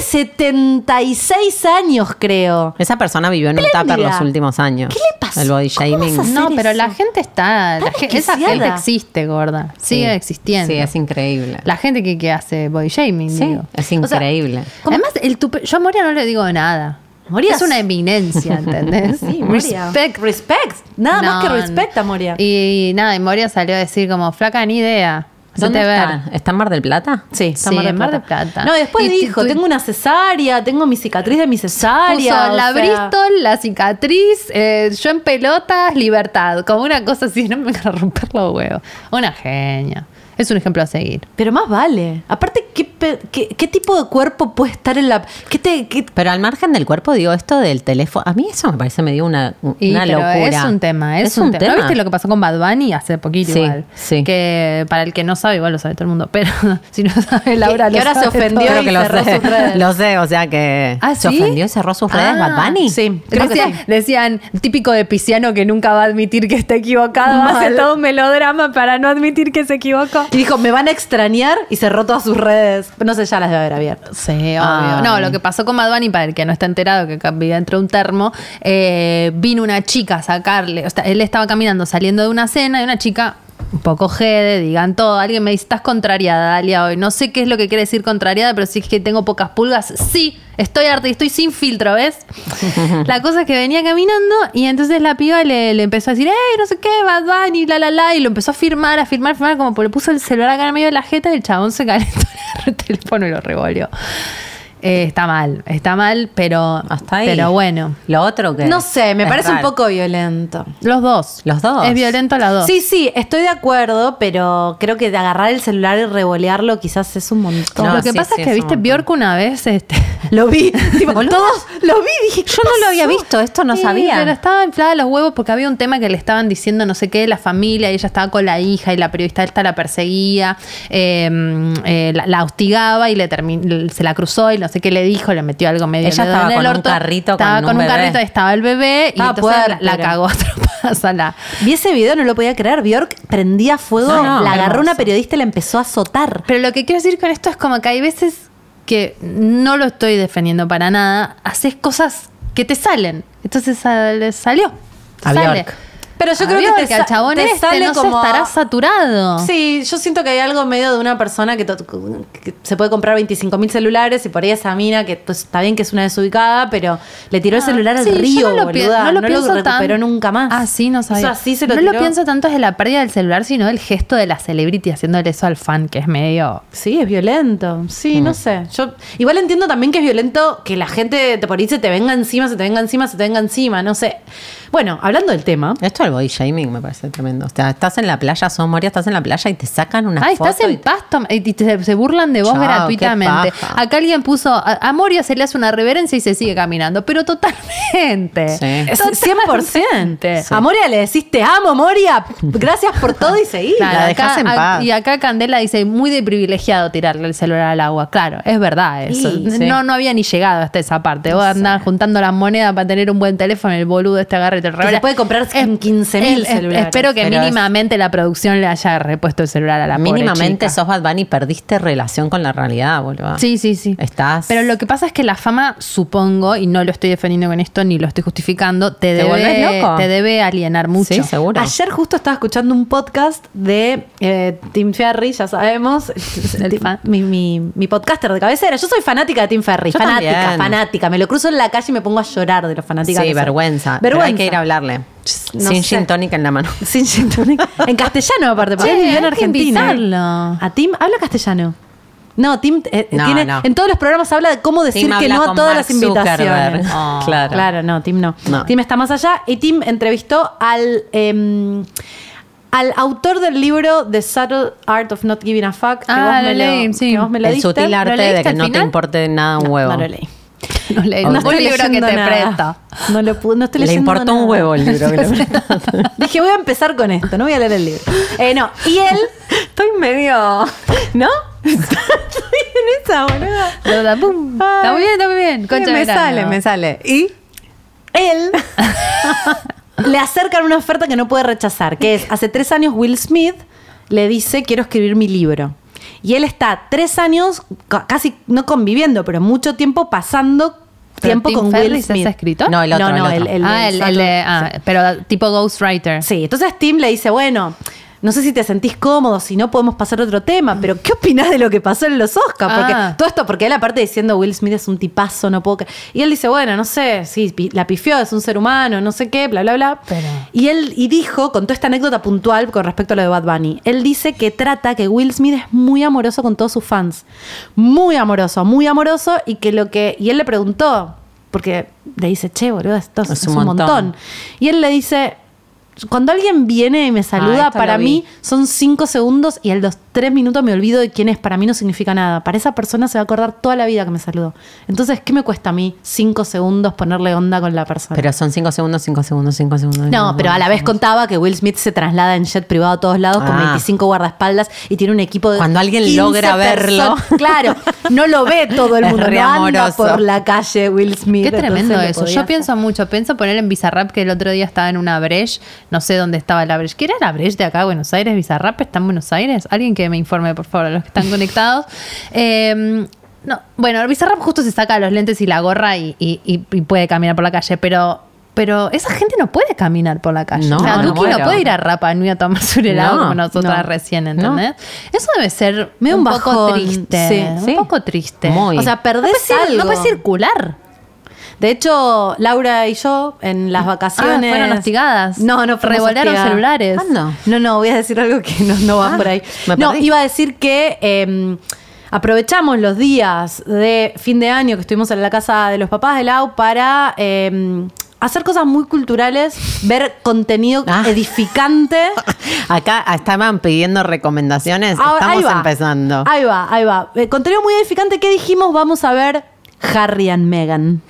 S1: 76 años, creo.
S3: Esa persona vivió en un
S1: Espléndida.
S3: tupper los últimos años.
S1: ¿Qué le pasó?
S3: El body
S1: ¿Cómo
S3: shaming.
S1: vas a hacer
S2: No, pero
S1: eso?
S2: la gente está. la
S1: Tan
S2: gen- esa
S1: desquiciada.
S2: gente existe, gorda. Sigue
S3: Sí.
S2: existiendo.
S3: Sí, es increíble.
S2: La gente que, que hace body shaming,
S3: sí,
S2: digo.
S3: es
S1: O sea,
S3: increíble.
S1: ¿Cómo?
S2: Además, el tupe- yo a Moria no le digo nada.
S1: Moria
S2: es una eminencia, ¿entendés?
S1: Sí, Moria.
S2: Respect.
S1: Respect. Nada más que
S2: Eh, No,
S1: respecta, Moria.
S2: Y, nada, y Moria salió a decir como, flaca, ni idea.
S3: ¿Dónde
S2: ¿Dónde ver.
S3: está? ¿Está en Mar del Plata?
S1: Sí, está en
S2: Sí, en Mar del Plata.
S1: No, y después
S2: Y ti-
S1: dijo,
S2: tu-
S1: tengo una cesárea, tengo mi cicatriz de mi cesárea.
S2: Puso
S1: o sea,
S2: la Bristol, la cicatriz, eh, yo en pelotas, libertad. Como una cosa así, no me van a romper los huevos. Una genia. Es un ejemplo a seguir.
S1: Pero más vale. Aparte, ¿qué, pe- qué, qué tipo de cuerpo puede estar en la... ¿Qué te, qué-
S3: Pero al margen del cuerpo, digo, esto del teléfono. A mí eso me parece me dio una, una
S2: Y, pero
S3: locura.
S2: Es un tema, es, un, tema. ¿No viste lo que pasó con Bad Bunny hace poquito
S3: Sí,
S2: igual?
S3: sí.
S2: Que para el que no sabe, igual lo sabe todo el mundo, pero si no sabe Laura,
S1: Que- que
S2: lo
S1: ahora se
S2: sabe
S1: ofendió
S2: todo.
S1: y
S3: Creo que lo
S1: cerró
S3: sé.
S1: sus redes.
S3: Lo sé, o sea que.
S2: ¿Ah,
S3: ¿Se
S2: sí?
S3: ofendió y cerró sus redes,
S2: Ah,
S3: Bad Bunny?
S1: Sí, creo que
S2: Decían,
S1: sí.
S2: decían, típico de pisciano que nunca va a admitir que está equivocado, hace todo un melodrama para no admitir que se equivocó.
S1: Y dijo, me van a extrañar y cerró todas sus redes. No sé, ya las debe haber abierto.
S2: Sí, obvio.
S3: Ay.
S2: No, lo que pasó con Bad Bunny, para el que no está enterado, que vivía dentro de un termo, eh, vino una chica a sacarle, o sea, él estaba caminando saliendo de una cena y una chica un poco jede, digan todo, alguien me dice, estás contrariada, Dalia, hoy. No sé qué es lo que quiere decir contrariada, pero sí es que tengo pocas pulgas. Sí, estoy harta y estoy sin filtro, ¿ves? la cosa es que venía caminando y entonces la piba le, le empezó a decir, ¡Ey, no sé qué, Bad Bunny, la, la, la! Y lo empezó a firmar, a firmar, a firmar, como le puso el celular acá en medio de la jeta y el chabón se calentó, le agarró el teléfono y lo revolvió. Eh, está mal, está mal, pero,
S3: Hasta ahí.
S2: pero bueno.
S3: Lo otro que.
S1: No sé, me
S3: es
S1: parece un
S3: raro.
S1: poco violento.
S2: Los dos.
S3: Los dos.
S2: Es violento las dos.
S1: Sí, sí, estoy de acuerdo, pero creo que de agarrar el celular y revolearlo quizás es un montón.
S3: No,
S2: lo que
S3: sí,
S2: pasa
S3: sí,
S2: es que,
S3: es un
S2: viste,
S3: montón.
S2: Bjork una vez, este...
S1: Lo vi, tipo, todos lo vi, dije,
S3: Yo no lo había visto, esto no
S2: Sí,
S3: sabía.
S2: Pero estaba inflada los huevos porque había un tema que le estaban diciendo no sé qué de la familia, y ella estaba con la hija y la periodista esta la perseguía, eh, eh, la, la hostigaba y le termi- se la cruzó y no sé qué le dijo, le metió algo medio
S3: Ella
S2: dedo en
S3: estaba
S2: el
S3: con un
S2: orto.
S3: carrito con
S2: Estaba con
S3: un
S2: un,
S3: bebé.
S2: carrito, estaba el bebé y
S1: Ah,
S2: entonces la- la,
S1: puertera.
S2: cagó a trompadas a la.
S1: Vi ese video, no lo podía creer. Bjork prendía fuego,
S3: No, no,
S1: la agarró
S3: hermoso.
S1: una periodista y la empezó a azotar.
S2: Pero lo que quiero decir con esto es como que hay veces que no lo estoy defendiendo para nada, haces cosas que te salen. Entonces sal- salió.
S3: A
S2: sale.
S3: Bjork.
S1: Pero yo
S2: A
S1: creo que
S2: Bjork,
S1: te sa-
S2: al chabón
S1: te
S2: este
S1: sale
S2: no sé,
S1: como a-
S2: estará saturado.
S1: Sí, yo siento que hay algo medio de una persona que, to- que se puede comprar 25 mil celulares y por ahí esa mina que pues, está bien que es una desubicada, pero le tiró el celular al
S2: Ah, Sí, yo
S1: río,
S2: no lo, pi-
S1: boluda.
S2: no lo pienso
S1: recuperó
S2: tan-
S1: nunca más.
S2: Ah, sí, no sabía.
S1: Eso así se lo
S2: no lo
S1: tiró.
S2: pienso tanto desde la pérdida del celular, sino del gesto de la celebrity haciéndole eso al fan, que es medio.
S1: Sí, es violento. Sí,
S3: Mm.
S1: no sé. Yo igual entiendo también que es violento que la gente te por ahí se te venga encima, se te venga encima, se te venga encima, no sé. Bueno, hablando del tema.
S3: Esto del body shaming me parece tremendo. O sea, estás en la playa, sos Moria, estás en la playa y te sacan una
S2: Ah,
S3: foto.
S2: estás en
S3: y-
S2: pasto eh, y te- se burlan de vos
S3: Chao,
S2: gratuitamente.
S3: qué paja.
S2: Acá alguien puso, a, a Moria se le hace una reverencia y se sigue caminando, pero totalmente.
S3: Sí.
S1: Es 100%.
S2: Totalmente.
S1: A Moria le decís, te amo, Moria. Gracias por todo y seguí.
S2: Claro,
S3: la dejás en
S2: a-
S3: paz.
S2: Y acá Candela dice, muy de privilegiado tirarle el celular al agua. Claro, es verdad eso.
S3: Sí,
S2: N-
S3: sí.
S2: No, no había ni llegado hasta esa parte. Vos andás juntando las monedas para tener un buen teléfono, el boludo este agarre y te
S1: Que se puede comprar en 15.000 celulares.
S2: Espero que
S3: Pero es-
S2: mínimamente la producción le haya repuesto el celular a la pobre
S3: Mínimamente
S2: chica.
S3: sos Bad Bunny, perdiste relación con la realidad, boludo.
S2: Sí, sí, sí.
S3: Estás.
S2: Pero lo que pasa es que la fama, supongo, y no lo estoy defendiendo con esto ni lo estoy justificando, te,
S3: Te
S2: debe,
S3: volvés loco.
S2: te debe alienar mucho.
S3: Sí, seguro.
S1: Ayer justo estaba escuchando un podcast de eh, Tim Ferry, ya sabemos, ah,
S2: El fan.
S1: mi, mi- mi podcaster de cabecera. Yo soy fanática de Tim Ferry,
S3: Yo
S1: fanática,
S3: también.
S1: fanática. Me lo cruzo en la calle y me pongo a llorar de los fanáticos.
S3: Sí, vergüenza. Pero
S1: Vergüenza.
S3: hay que ir a hablarle.
S1: sé.
S3: Sin gin tónica en la mano.
S1: Sin gin tonic. En castellano, aparte, porque
S2: Che,
S1: él vivió
S2: hay
S1: en
S2: que
S1: Argentina.
S2: invitarlo.
S1: A Tim, habla castellano. No, Tim eh,
S3: No,
S1: tiene,
S3: no.
S1: en todos los programas habla de cómo decir
S3: Tim
S1: que
S3: habla
S1: no a
S3: con
S1: todas
S3: Mark
S1: las invitaciones.
S3: Zuckerberg. Claro.
S1: Claro, no, Tim no.
S3: No.
S1: Tim está más allá y Tim entrevistó al, em, al autor del libro The Subtle Art of Not Giving a Fuck. Que
S2: Ah,
S1: vos
S2: lo
S1: me
S2: leí, sí.
S1: que vos me lo
S3: El
S1: diste.
S3: sutil
S2: ¿Lo
S3: arte
S2: leíste
S3: de que
S2: al
S3: no te
S2: final?
S3: importe nada un huevo.
S1: No, lo leí.
S2: No leí
S1: No
S2: ningún
S1: estoy
S2: libro que
S1: leyendo
S2: te
S1: nada.
S2: presta.
S1: No lo pude, no estoy
S3: Le
S1: leyendo
S3: importó
S1: nada.
S3: un huevo el libro. que le prestaste.
S1: Dije, voy a empezar con esto, no voy a leer el libro. Eh, no, y él, estoy medio. ¿No? estoy en esa, boluda.
S2: Da, da, pum. Está muy bien, está muy bien. Concha
S1: me
S2: de verano.
S1: sale, me sale. Y él le acercan una oferta que no puede rechazar, que es, hace tres años Will Smith le dice, quiero escribir mi libro. Y él está tres años, ca- casi no conviviendo, pero mucho tiempo pasando
S2: ¿Pero
S1: tiempo
S2: Tim
S1: con Will
S2: Ferriss es
S1: Smith.
S2: escritor?
S3: No, el otro,
S1: No, no,
S3: el otro.
S1: el-
S2: ah, el, el de- ah, pero tipo ghostwriter.
S1: Sí, entonces Tim le dice, bueno, no sé si te sentís cómodo, si no podemos pasar a otro tema, pero ¿qué opinás de lo que pasó en los Oscars? Porque
S2: Ah.
S1: todo esto, porque él aparte diciendo Will Smith es un tipazo, no puedo... cre-". Y él dice, bueno, no sé, sí, pi- la pifió, es un ser humano, no sé qué, bla, bla, bla.
S2: Pero-
S1: Y él y dijo, contó esta anécdota puntual con respecto a lo de Bad Bunny, él dice que trata que Will Smith es muy amoroso con todos sus fans, muy amoroso, muy amoroso, y que lo que... Y él le preguntó, porque le dice, che, boludo, esto es, un, montón. Y él le dice, cuando alguien viene y me
S3: Ah,
S1: saluda,
S3: esto
S1: para
S3: lo
S1: mí
S3: vi.
S1: son cinco segundos y a los tres minutos me olvido de quién es. Para mí no significa nada. Para esa persona se va a acordar toda la vida que me saludó. Entonces, ¿qué me cuesta a mí cinco segundos ponerle onda con la persona?
S3: Pero son 5 segundos, 5 segundos, 5 segundos.
S1: no, pero a la vez contaba que Will Smith se traslada en jet privado a todos lados con
S3: Ah.
S1: 25 guardaespaldas y tiene un equipo de.
S3: Cuando alguien
S1: 15
S3: logra verlo.
S1: personas. Claro, no lo ve todo el
S3: Es
S1: mundo.
S3: re
S1: No anda
S3: amoroso.
S1: por la calle Will Smith.
S2: Qué tremendo
S1: entonces lo
S2: eso.
S1: podía
S2: Yo
S1: hacer.
S2: pienso mucho. Pienso poner en Bizarrap que el otro día estaba en una breche. No sé dónde estaba la breche. ¿Qué era la breche de acá, Buenos Aires? ¿Bizarrap está en Buenos Aires? Alguien que me informe, por favor, los que están conectados. Eh, no, bueno, Bizarrap justo se saca los lentes y la gorra y, y- y- y puede caminar por la calle, pero. Pero esa gente no puede caminar por la calle.
S3: No,
S2: o sea,
S3: no
S2: Duki no
S3: muero.
S2: puede ir a Rapa Nui a tomarse un helado
S3: No,
S2: como nosotras
S1: no,
S2: recién, ¿entendés? Eso debe ser
S1: Medio
S2: un,
S1: un
S2: poco
S1: bajón,
S2: triste.
S1: sí,
S2: un
S3: sí.
S2: poco triste.
S3: Muy.
S1: O sea, perdés
S2: no puede,
S1: algo.
S2: circular.
S1: De hecho, Laura y yo en las vacaciones.
S2: Ah, fueron hostigadas.
S1: No, no fuimos
S2: Revolaron
S1: hostigadas.
S2: celulares.
S3: ¿Cuándo?
S1: No, no, voy a decir algo que no, no va
S3: Ah,
S1: por ahí.
S3: me
S1: No,
S3: perdí.
S1: iba a decir que eh, aprovechamos los días de fin de año que estuvimos en la casa de los papás de Lau para eh, hacer cosas muy culturales, ver contenido
S3: Ah.
S1: edificante.
S3: Acá estaban pidiendo recomendaciones.
S1: Ahora,
S3: Estamos
S1: Ah, ahí va.
S3: empezando.
S1: Ahí va, ahí va. Eh, contenido muy edificante que dijimos, vamos a ver Harry and Meghan.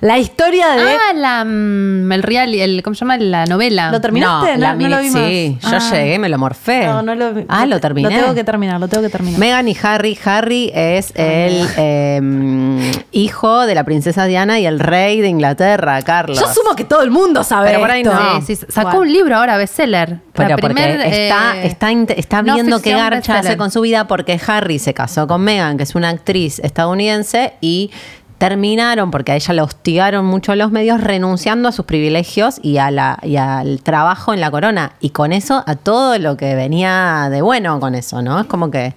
S1: La historia de...
S3: Eh,
S2: Ah, la, mm, el real, el, ¿cómo se llama? La novela.
S1: Lo terminaste, no,
S3: la
S1: no
S3: mini-
S1: lo vi más.
S3: Sí,
S1: Ah.
S3: yo llegué, me lo morfé.
S1: No, no lo vi.
S3: Ah, lo terminé.
S1: Lo tengo que terminar, lo tengo que terminar.
S3: Megan y Harry. Harry es el eh, hijo de la princesa Diana y el rey de Inglaterra, Carlos.
S1: Yo asumo que todo el mundo sabe
S3: Pero por ahí
S1: esto.
S3: no.
S2: Sí, sí, sacó
S1: Bueno.
S2: un libro ahora, bestseller.
S3: Pero
S2: La
S3: porque
S2: primer,
S3: está,
S2: eh,
S3: está, int- está
S2: no
S3: viendo qué
S2: ficción
S3: garcha hace
S2: bestseller.
S3: con su vida porque Harry se casó con Meghan, que es una actriz estadounidense, y terminaron, porque a ella la hostigaron mucho los medios, renunciando a sus privilegios y, a la, y al trabajo en la corona. Y con eso, a todo lo que venía de bueno con eso, ¿no? Es como que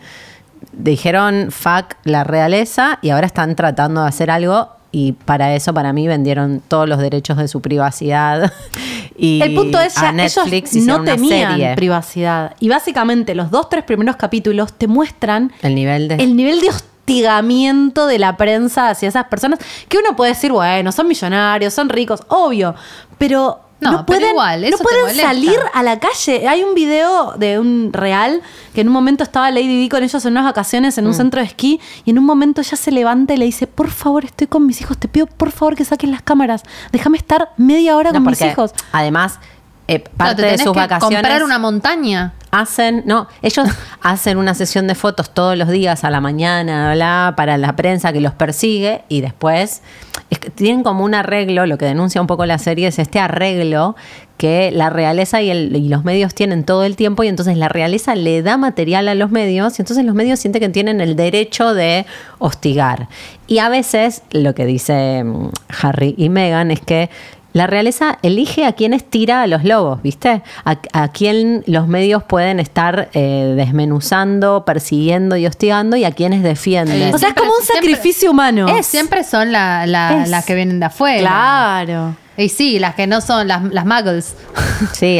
S3: dijeron fuck la realeza y ahora están tratando de hacer algo. Y para eso, para mí, vendieron todos los derechos de su privacidad. Y
S1: El punto es,
S3: a
S1: ya
S3: Netflix
S1: ellos
S3: hicieron
S1: no
S3: una
S1: tenían
S3: serie.
S1: privacidad. Y básicamente los dos, tres primeros capítulos te muestran
S3: El nivel de.
S1: el nivel de hostigamiento de la prensa hacia esas personas. Que uno puede decir, bueno, son millonarios, son ricos, obvio. Pero
S2: No, pero igual, eso
S1: no
S2: te
S1: pueden
S2: molesta.
S1: salir a la calle. Hay un video de un real que en un momento estaba Lady Di con ellos en unas vacaciones
S2: Mm.
S1: en un centro de esquí y en un momento ella se levanta y le dice, por favor, estoy con mis hijos, te pido por favor que saquen las cámaras, déjame estar media hora
S3: No,
S1: con mis
S3: porque
S1: hijos.
S3: Además, eh,
S2: Claro,
S3: parte
S2: te
S3: de
S2: tenés
S3: sus
S2: que
S3: vacaciones.
S2: comprar una montaña.
S3: Hacen, no, ellos hacen una sesión de fotos todos los días a la mañana, bla, para la prensa que los persigue y después es que tienen como un arreglo, lo que denuncia un poco la serie es este arreglo que la realeza y, el- y los medios tienen todo el tiempo y entonces la realeza le da material a los medios y entonces los medios sienten que tienen el derecho de hostigar. Y a veces lo que dice mm, Harry y Meghan es que la realeza elige a quienes tira a los lobos, ¿viste? A, a quién los medios pueden estar eh, desmenuzando, persiguiendo y hostigando y a quienes defienden.
S2: Eh,
S1: O sea, es como un
S2: Siempre-
S1: sacrificio humano.
S2: Es, siempre son la- la-
S1: Es.
S2: las que vienen de afuera.
S1: Claro.
S2: Y sí, las que no son las, las muggles.
S3: sí,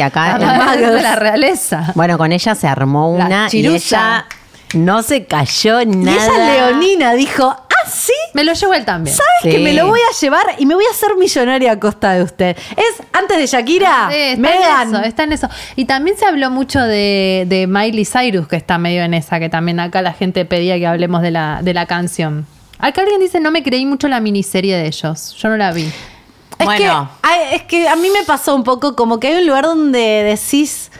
S3: acá.
S2: Las muggles de la realeza.
S3: Bueno, con ella se armó
S2: La
S3: una y
S2: chirusa.
S3: ella no se cayó
S1: Y
S3: nada.
S1: ella leonina dijo, ah, sí,
S2: Me lo llevo él también.
S1: ¿Sabes
S3: Sí.
S1: que me lo voy a llevar y me voy a hacer millonaria a costa de usted? Es antes de Shakira,
S2: Sí, está en eso,
S1: Ah, Megan.
S2: está en eso. Y también se habló mucho de, de Miley Cyrus, que está medio en esa, que también acá la gente pedía que hablemos de la, de la canción. Acá alguien dice, no me creí mucho la miniserie de ellos. Yo no la vi.
S1: Es,
S3: Bueno.
S1: que, ay, es que a mí me pasó un poco como que hay un lugar donde decís,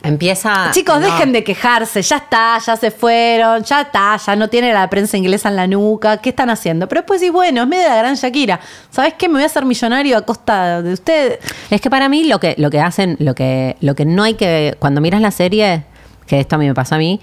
S3: Empieza.
S1: chicos,
S3: no.
S1: dejen de quejarse, ya está, ya se fueron, ya está, ya no tiene la prensa inglesa en la nuca, ¿qué están haciendo? Pero después sí, bueno, es medio de la gran Shakira. ¿Sabes qué? Me voy a hacer millonario a costa de usted.
S3: Es que para mí lo que, lo que hacen, lo que, lo que no hay que. Cuando miras la serie, que esto a mí me pasó a mí,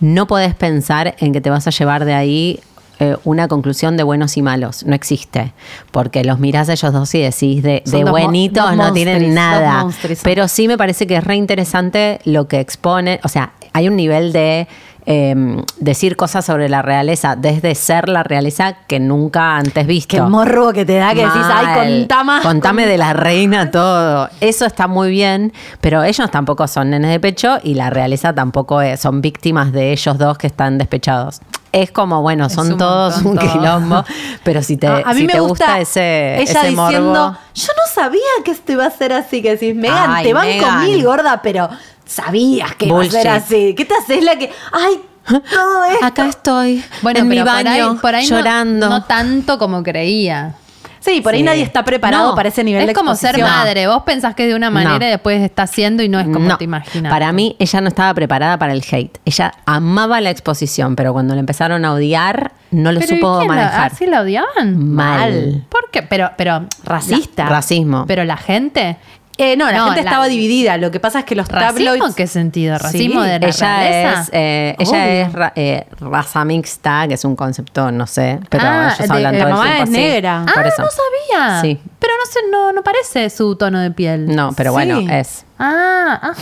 S3: no podés pensar en que te vas a llevar de ahí eh, una conclusión de buenos y malos. No existe. Porque los mirás a ellos dos y decís de,
S1: Son
S3: de
S1: dos mo-
S3: buenitos
S1: dos
S3: no tienen
S1: monstris, dos
S3: nada.
S1: monstris.
S3: Pero sí me parece que es re interesante lo que expone. O sea, hay un nivel de. eh, decir cosas sobre la realeza, desde ser la realeza que nunca antes visto.
S1: Qué morbo que te
S2: Ah,
S1: da que decís, ay,
S3: Mal.
S1: contama.
S3: Contame de la reina todo. Eso está muy bien, pero ellos tampoco son nenes de pecho y la realeza tampoco es. Son víctimas de ellos dos que están despechados. Es como, bueno,
S2: Es
S3: son
S2: un
S3: todos
S2: montón,
S3: un
S2: todo.
S3: quilombo, pero si te,
S1: Ah, a a mí
S3: si
S1: me
S3: te
S1: gusta,
S3: gusta, ese,
S1: ella
S3: ese morbo-
S1: diciendo, yo no sabía que esto iba a ser así, que decís, Megan,
S3: Ay,
S1: te van
S3: Megan.
S1: con mil, gorda, pero sabías que iba a ser
S3: Bullshit.
S1: así. ¿Qué te haces la que, ay, todo esto?
S3: Acá estoy,
S2: Bueno,
S3: en mi
S2: pero por ahí-
S3: baño,
S2: por ahí, no-
S3: llorando.
S2: no tanto como creía.
S1: Sí, por ahí
S3: Sí.
S1: nadie está preparado
S3: No,
S1: para ese nivel
S2: es
S1: de
S2: como ser
S1: exposición.
S2: madre. Vos pensás que es de una manera
S3: No.
S2: y después está haciendo y no es como
S3: No,
S2: te imaginas.
S3: Para mí, ella no estaba preparada para el hate. Ella amaba la exposición, pero cuando la empezaron a odiar, no lo
S2: Pero, ¿y
S3: supo
S2: quién la-
S3: manejar.
S2: ¿Así la odiaban?
S3: Mal.
S2: ¿Por qué? Pero, pero
S1: Racista.
S3: Racismo.
S2: la- pero la gente.
S1: Eh, no, la
S2: No,
S1: gente
S2: la-
S1: estaba dividida. Lo que pasa es que los
S2: ¿Racismo en
S1: tabloids...
S2: qué sentido? ¿Racismo
S3: Sí,
S2: de la
S3: ella
S2: realeza?
S3: es, eh, ella
S1: Obvio.
S3: es ra- eh, raza mixta, que es un concepto, no sé, pero
S2: Ah,
S3: ellos
S2: de-
S3: hablan
S2: la
S3: todo el
S1: mamá
S3: tiempo
S1: es
S3: así.
S1: negra.
S2: Ah,
S3: Por eso.
S2: no sabía.
S3: Sí.
S2: Pero no sé, no, no parece su tono de piel.
S3: No, pero bueno,
S1: Sí.
S3: es.
S2: Ah, ah,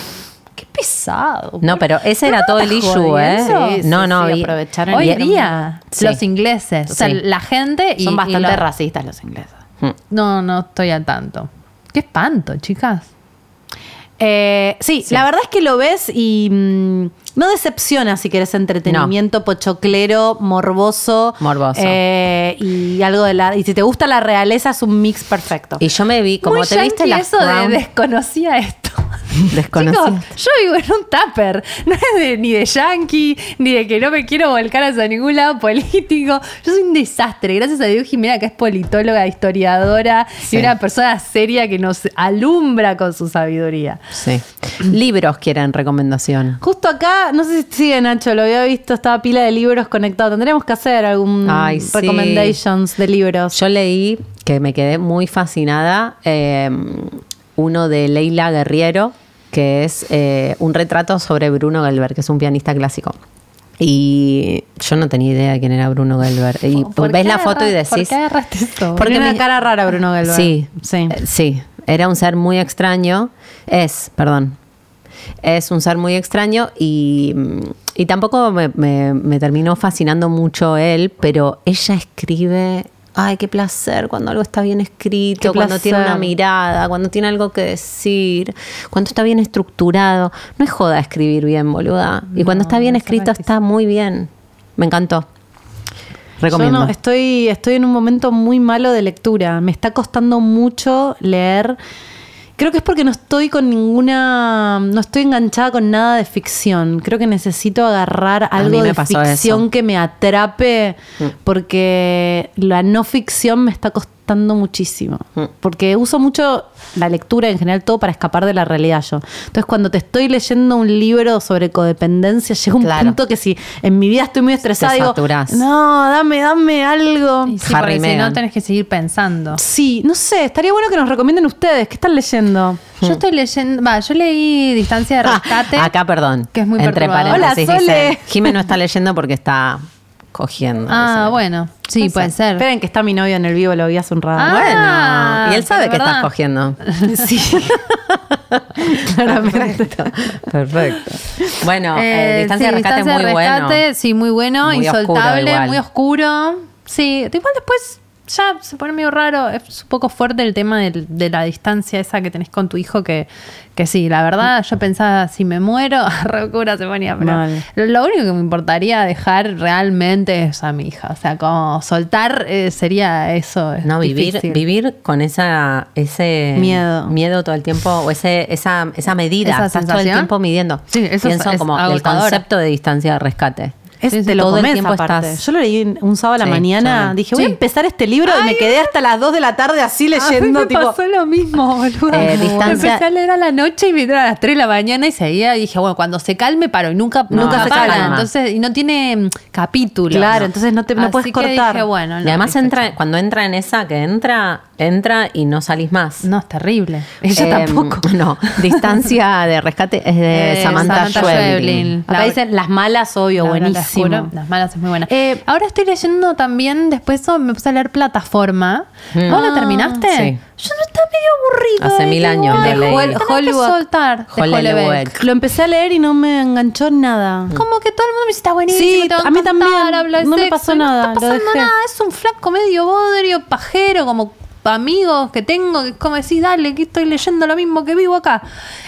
S2: qué pesado.
S3: No, pero ese era todo el issue, ¿eh?
S1: Sí, sí,
S3: no, no,
S1: sí,
S3: y-
S1: aprovecharon
S2: Hoy
S3: y-
S2: día,
S3: Sí.
S2: los ingleses, o sea,
S3: Sí.
S2: la gente y, y los-
S1: racistas los ingleses.
S3: Mm.
S2: No, no estoy al tanto. Qué espanto, chicas.
S1: Eh, sí, la verdad es que lo ves y mm, no decepciona si querés entretenimiento pochoclero, morboso.
S3: Morboso.
S1: eh, y algo de la. Y si te gusta la realeza, es un mix perfecto.
S3: Y yo me vi, como
S2: Muy
S3: te viste
S2: yankee
S3: la
S2: eso de desconocía esto. Chicos,
S3: desconocida.
S2: yo vivo en un tupper. No es de- ni de yankee, ni de que no me quiero volcar hacia ningún lado político. Yo soy un desastre. Gracias a Dios Jimena, que es politóloga, historiadora
S3: Sí.
S2: y una persona seria que nos alumbra con su sabiduría.
S3: Sí. Libros quieren recomendación.
S1: Justo acá, no sé si sigue Nacho, lo había visto, estaba pila de libros conectado. Tendríamos que hacer algún
S3: Ay, sí.
S1: recommendations de libros.
S3: Yo leí que me quedé muy fascinada eh, uno de Leila Guerriero, que es eh, un retrato sobre Bruno Gelber, que es un pianista clásico. Y yo no tenía idea de quién era Bruno Gelber. Y
S2: ¿Por
S3: ves
S2: qué
S3: la foto y
S2: agarra- ¿Por
S3: decís.
S2: qué agarraste esto?
S1: Porque
S3: porque
S1: una
S3: me-
S1: cara rara, Bruno Galván.
S3: Sí,
S1: Sí.
S3: Eh, sí. Era un ser muy extraño. Es, perdón. Es un ser muy extraño y, mm, y tampoco me, me- me terminó fascinando mucho él, pero ella escribe. Ay, qué placer cuando algo está bien escrito,
S1: Qué
S3: cuando tiene una
S1: placer.
S3: mirada, cuando tiene algo que decir, cuando está bien estructurado. No es joda escribir bien, boluda. Y cuando está bien escrito, está muy bien. Me encantó. Recomiendo.
S1: Yo no, estoy, estoy en un momento muy malo de lectura. Me está costando mucho leer. Creo que es porque no estoy con ninguna. No estoy enganchada con nada de ficción. Creo que necesito agarrar algo
S3: me
S1: de
S3: pasó
S1: ficción
S3: eso. Mm.
S1: que me atrape. Porque la no ficción me está costando muchísimo.
S3: Mm.
S1: Porque uso mucho la lectura en general, todo para escapar de la realidad yo. Entonces, cuando te estoy leyendo un libro sobre codependencia, llega un
S3: Claro.
S1: punto que si en mi vida estoy muy estresada, digo,
S3: saturás.
S1: no, dame, dame algo.
S2: Y sí,
S3: Harry
S2: porque si
S3: Meghan.
S2: no tenés que seguir pensando.
S1: Sí, no sé, estaría bueno que nos recomienden ustedes. ¿Qué están leyendo?
S2: Yo estoy leyendo, va, yo leí Distancia de Rescate.
S3: Ah, Acá, perdón.
S2: Que es muy
S3: Entre
S2: perturbador.
S3: paréntesis
S1: Hola, Sole.
S3: dice, Jimé no está leyendo porque está cogiendo.
S2: Ah,
S3: dice.
S2: bueno, sí,
S1: No sé.
S2: puede ser.
S1: Esperen que está mi novio en el vivo, lo vi hace un rato.
S2: Ah,
S3: bueno, y él sabe
S2: pero
S3: que estás
S2: verdad.
S3: cogiendo.
S1: Sí. Claramente.
S3: Perfecto. Bueno, eh,
S2: Eh,
S3: distancia
S2: sí,
S3: de rescate
S2: Distancia
S3: muy
S2: de
S3: bueno.
S2: Rescate, Sí, muy bueno,
S3: Muy oscuro
S2: insoltable,
S3: igual.
S2: muy oscuro. Sí, igual después ya se pone medio raro. Es un poco fuerte el tema del- de, la distancia esa que tenés con tu hijo, que, que sí, la verdad, yo pensaba, si me muero, re oscura se ponía. Pero
S1: Mal.
S2: lo único que me importaría dejar realmente es a mi hija. O sea, como soltar eh, sería eso. es
S3: No, vivir,
S2: difícil.
S3: vivir con esa, ese
S1: Miedo.
S3: miedo todo el tiempo, o ese, esa, esa medida,
S2: ¿Esa
S3: estás todo el
S2: sensación?
S3: tiempo midiendo.
S2: Sí, eso es-
S3: Pienso
S2: es
S3: como el
S2: agotador.
S3: concepto de distancia de rescate.
S1: Es,
S3: Sí, sí,
S1: te lo
S3: todo el
S1: comes
S3: tiempo
S1: aparte.
S3: estás-
S1: Yo lo leí un- un sábado a la
S3: Sí,
S1: mañana.
S3: yo-
S1: Dije, voy a
S2: sí.
S1: empezar este libro y me quedé hasta las 2 de la tarde así
S2: A mí
S1: leyendo.
S2: Ah, me
S1: tipo,
S2: pasó lo mismo, boludo.
S3: Eh, distancia-
S2: Empecé a leer a la noche y me dieron a las 3 de la mañana y seguía. Y dije, bueno, cuando se calme, paro. Y nunca,
S3: No,
S2: nunca
S3: no
S2: se
S3: para.
S2: calma. Entonces, y no tiene mm, capítulo.
S1: Claro, entonces no te- no
S2: Así
S1: puedes
S2: que
S1: cortar.
S2: dije, bueno, no,
S3: y además
S2: listo,
S3: entra, cuando entra en esa que entra, entra y no salís más.
S2: ya. No, es terrible. Em, Ella
S3: Eh,
S2: tampoco.
S3: No, distancia de rescate es de
S2: Eh,
S3: Samantha,
S2: Samantha
S3: Schweblin.
S2: Schweblin.
S1: Acá
S2: La-
S1: dicen las malas, obvio,
S2: La verdad, te
S1: buenísimo.
S2: juro, Las malas es muy buena.
S1: Eh,
S2: Ahora estoy leyendo también, después oh, me puse a leer Plataforma. ¿Vos la terminaste?
S3: sí.
S2: Yo no estaba medio aburrido.
S3: Hace
S2: eh,
S3: mil
S2: digo,
S3: años
S2: ay,
S3: lo leí.
S2: tenés que
S1: Hollywood-
S2: soltar. de
S3: Hollywood.
S2: Hollebeck.
S1: Lo empecé a leer y no me enganchó nada.
S2: Como que todo el mundo me dice, está buenísimo.
S1: Mm. Sí,
S2: te va
S1: a mí
S2: encantar,
S1: también.
S2: habla de
S1: No me
S2: sexo",
S1: pasó
S2: y
S1: nada,
S2: No
S1: lo
S2: está pasando
S1: dejé.
S2: nada. Es un flaco medio bodrio, pajero, como amigos que tengo, que es como decís, dale, que estoy leyendo lo mismo que vivo acá.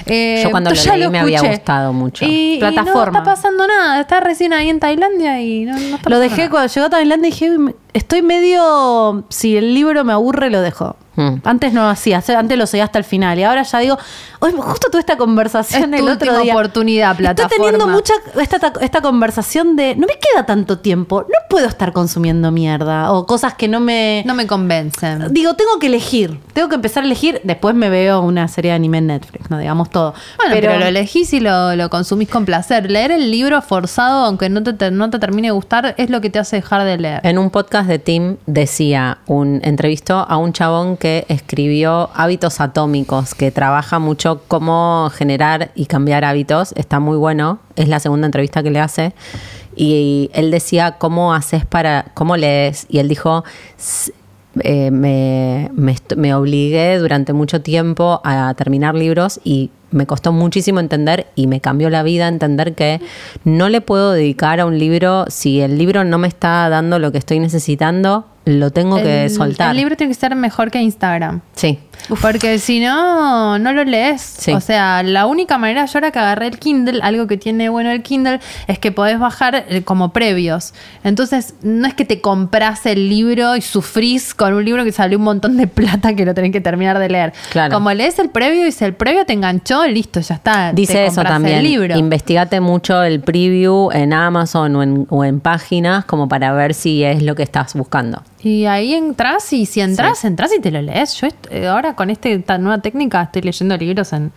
S2: Eh,
S3: Yo cuando lo
S2: ya
S3: leí me había
S2: escuché.
S3: gustado mucho.
S2: Y, y
S1: Plataforma.
S2: no está pasando nada. Está recién ahí en Tailandia y no, no está pasando
S1: Lo dejé
S2: nada.
S1: cuando llegó a Tailandia y dije, "Uy, me- estoy medio, si el libro me aburre, lo dejo.
S3: Mm.
S1: Antes no lo hacía, se- antes lo seguía hasta el final. Y ahora ya digo, hoy justo tuve esta conversación
S2: Es
S1: el
S2: tu
S1: otro
S2: última
S1: día.
S2: oportunidad,
S1: Estoy teniendo
S2: plataforma.
S1: mucha esta, ta- esta conversación de, no me queda tanto tiempo, no puedo estar consumiendo mierda o cosas que no me...
S2: No me convencen.
S1: Digo, tengo que elegir, tengo que empezar a elegir, después me veo una serie de anime en Netflix, no digamos todo.
S2: Bueno, pero, lo elegís y lo, lo consumís con placer. Leer el libro forzado, aunque no te, te- no te termine de gustar, es lo que te hace dejar de leer.
S3: En un podcast de Tim decía, un entrevistó a un chabón que escribió Hábitos Atómicos, que trabaja mucho cómo generar y cambiar hábitos. Está muy bueno, es la segunda entrevista que le hace. Y él decía, ¿cómo haces para, cómo lees? Y él dijo, "S- eh, me, me est- me obligué durante mucho tiempo a terminar libros y me costó muchísimo entender y me cambió la vida entender que no le puedo dedicar a un libro si el libro no me está dando lo que estoy necesitando, lo tengo que
S2: El-
S3: soltar.
S2: El libro tiene que ser mejor que Instagram.
S3: Sí.
S2: Porque si no, no lo lees.
S3: Sí.
S2: O sea, la única manera, yo ahora que agarré el Kindle, algo que tiene bueno el Kindle, es que podés bajar eh, como previos. Entonces, no es que te compras el libro y sufrís con un libro que salió un montón de plata que lo tenés que terminar de leer.
S3: Claro.
S2: Como lees el previo y si el previo te enganchó, listo, ya está. te
S3: Dice eso
S2: compras
S3: también.
S2: El libro.
S3: Investigate mucho el preview en Amazon o en, o en páginas como para ver si es lo que estás buscando.
S2: Y ahí entras y si entras, entras y te lo lees. Yo est- eh, ahora con esta nueva técnica estoy leyendo libros en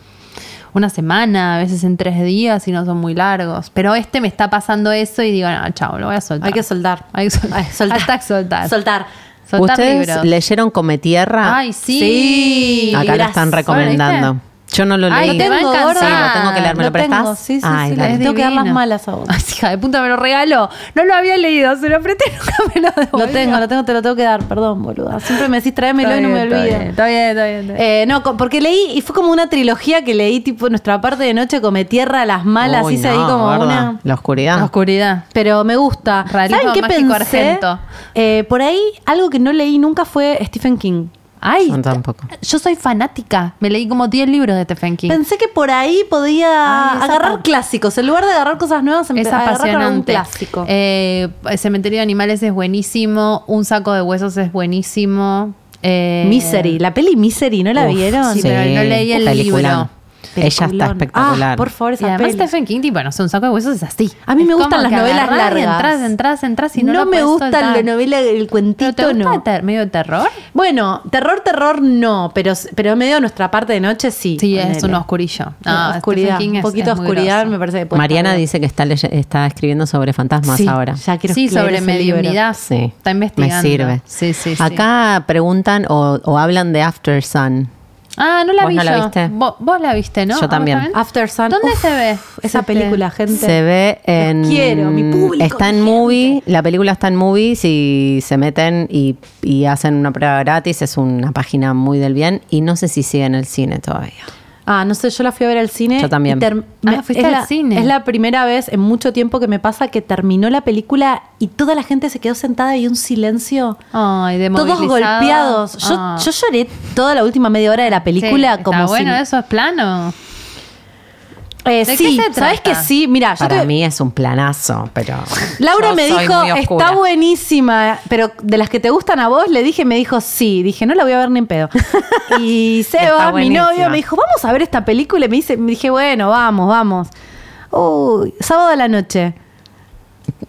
S2: una semana, a veces en tres días y no son muy largos. Pero este me está pasando eso y digo, no, chao, lo voy a soltar.
S1: Hay que soltar.
S2: Hay que soltar.
S1: Ay, soltar.
S2: Hashtag soltar.
S1: Soltar.
S2: Soltar
S3: ¿Ustedes
S2: libros.
S3: leyeron Cometierra?
S2: Ay, sí.
S1: Sí.
S3: Acá lo
S1: libras.
S3: están
S2: Bueno,
S3: recomendando.
S2: ¿viste?
S3: Yo no lo leí.
S2: Ay, te va a
S1: Tengo,
S2: encantar.
S1: gorda.
S3: Sí, lo tengo que leer. ¿Me lo prestás?
S1: tengo, Sí, sí,
S3: Ay,
S1: sí,
S3: dale.
S1: les
S2: Es
S1: tengo que dar las
S2: divino.
S1: malas a vos.
S2: Ay, hija de puta, me lo regaló. No lo había leído, se lo presté, nunca me lo devolvió.
S1: Lo tengo, lo tengo, te lo tengo que dar, perdón, boluda. Siempre me decís tráemelo
S2: Está
S1: y no me
S2: bien, está bien,
S1: olvido.
S2: Está bien, está bien. está bien.
S1: Eh, no, co- porque leí, y fue como una trilogía que leí, tipo, nuestra parte de noche come tierra, las malas,
S3: Uy,
S1: hice
S3: no,
S1: ahí como
S3: gorda.
S1: una.
S3: La oscuridad.
S2: La oscuridad.
S1: Pero me gusta.
S2: Realismo
S1: ¿Saben qué
S2: mágico
S1: pensé?
S2: argento.
S1: Eh, por ahí, algo que no leí nunca fue Stephen King.
S2: Ay,
S3: No, tampoco.
S2: yo soy fanática. Me leí como 10 libros de Stephen King.
S1: Pensé que por ahí podía
S2: Ay, esa
S1: agarrar
S2: parte.
S1: clásicos. En lugar de agarrar cosas nuevas, empe-
S2: Es
S1: agarrar con algún
S2: apasionante.
S1: clásico.
S2: Eh, el cementerio de animales es buenísimo. Un saco de huesos es buenísimo. Eh,
S1: Misery, la peli Misery, ¿no la
S3: Uf,
S1: vieron?
S2: Sí, pero no leí el
S3: peliculón.
S2: libro.
S1: Peliculón.
S3: Ella está espectacular.
S1: Ah, por favor,
S2: Y
S1: esa
S2: además
S1: peli.
S2: Stephen King, tipo, no sé, un saco de huesos es así.
S1: A mí me
S2: Es
S1: gustan
S2: como
S1: las
S2: que
S1: novelas
S2: agarrás y
S1: largas.
S2: Entras, entras, entras y no,
S1: no
S2: la
S1: me
S2: podés
S1: gustan
S2: soltar.
S1: la novela, el
S2: ¿Pero te
S1: cuentito,
S2: gusta
S1: no.
S2: ter- medio de terror?
S1: Bueno, terror, terror no, pero, pero medio nuestra parte de noche sí.
S2: Sí, es
S1: ponele.
S2: un oscurillo. Ah,
S1: oscuridad,
S2: Stephen King
S1: un
S2: es-
S1: poquito
S2: es muy
S1: oscuridad
S2: grosso.
S1: me parece. que puede
S3: Mariana
S1: estar bien.
S3: dice que está, leye- está escribiendo sobre fantasmas
S1: Sí,
S3: ahora.
S1: ya quiero
S2: Sí,
S1: leer
S2: sobre
S1: ese libro.
S2: mediunidad.
S3: Sí.
S2: Está investigando.
S3: Me sirve.
S2: Sí, sí, sí.
S3: Acá preguntan o, o hablan de After Sun.
S2: Ah, no la
S3: Vos
S2: vi
S3: no la
S2: yo.
S3: viste.
S2: Vos, vos la viste, ¿no?
S3: Yo
S2: ¿Ah,
S3: también.
S2: vos
S1: After Sun.
S2: ¿Dónde
S1: uf,
S2: se ve?
S1: Esa
S2: Este,
S1: película, gente.
S3: Se ve en.
S1: Los quiero, mi público,
S3: Está en
S1: mi
S3: movie. La película está en movie. Si se meten y, y hacen una prueba gratis, es una página muy del bien. Y no sé si sigue en el cine todavía.
S1: Ah, no sé, yo la fui a ver al cine.
S3: Yo también.
S1: y term-
S2: Ah,
S1: me-
S2: fuiste
S1: es
S2: al
S1: la-
S2: cine.
S1: Es la primera vez en mucho tiempo que me pasa que terminó la película y toda la gente se quedó sentada y un silencio.
S2: Ay, de Ah.
S1: Todos golpeados. Yo, yo lloré toda la última media hora de la película como
S2: Está bueno,
S1: si-
S2: eso es plano.
S1: Eh,
S2: ¿De
S1: sí,
S2: qué se
S1: sabes que
S2: trata?
S1: sí, mira, Ah, yo
S3: Para
S1: te-
S3: mí es un planazo, pero.
S1: Laura
S3: yo
S1: me
S3: soy
S1: dijo,
S3: muy oscura.
S1: está buenísima, pero de las que te gustan a vos, le dije, me dijo, sí, dije, no la voy a ver ni en pedo. Y Seba,
S3: Está
S1: mi
S3: buenísima.
S1: novio, me dijo, vamos a ver esta película, y me, dice, me dije, bueno, vamos, vamos. Uy, sábado a la noche.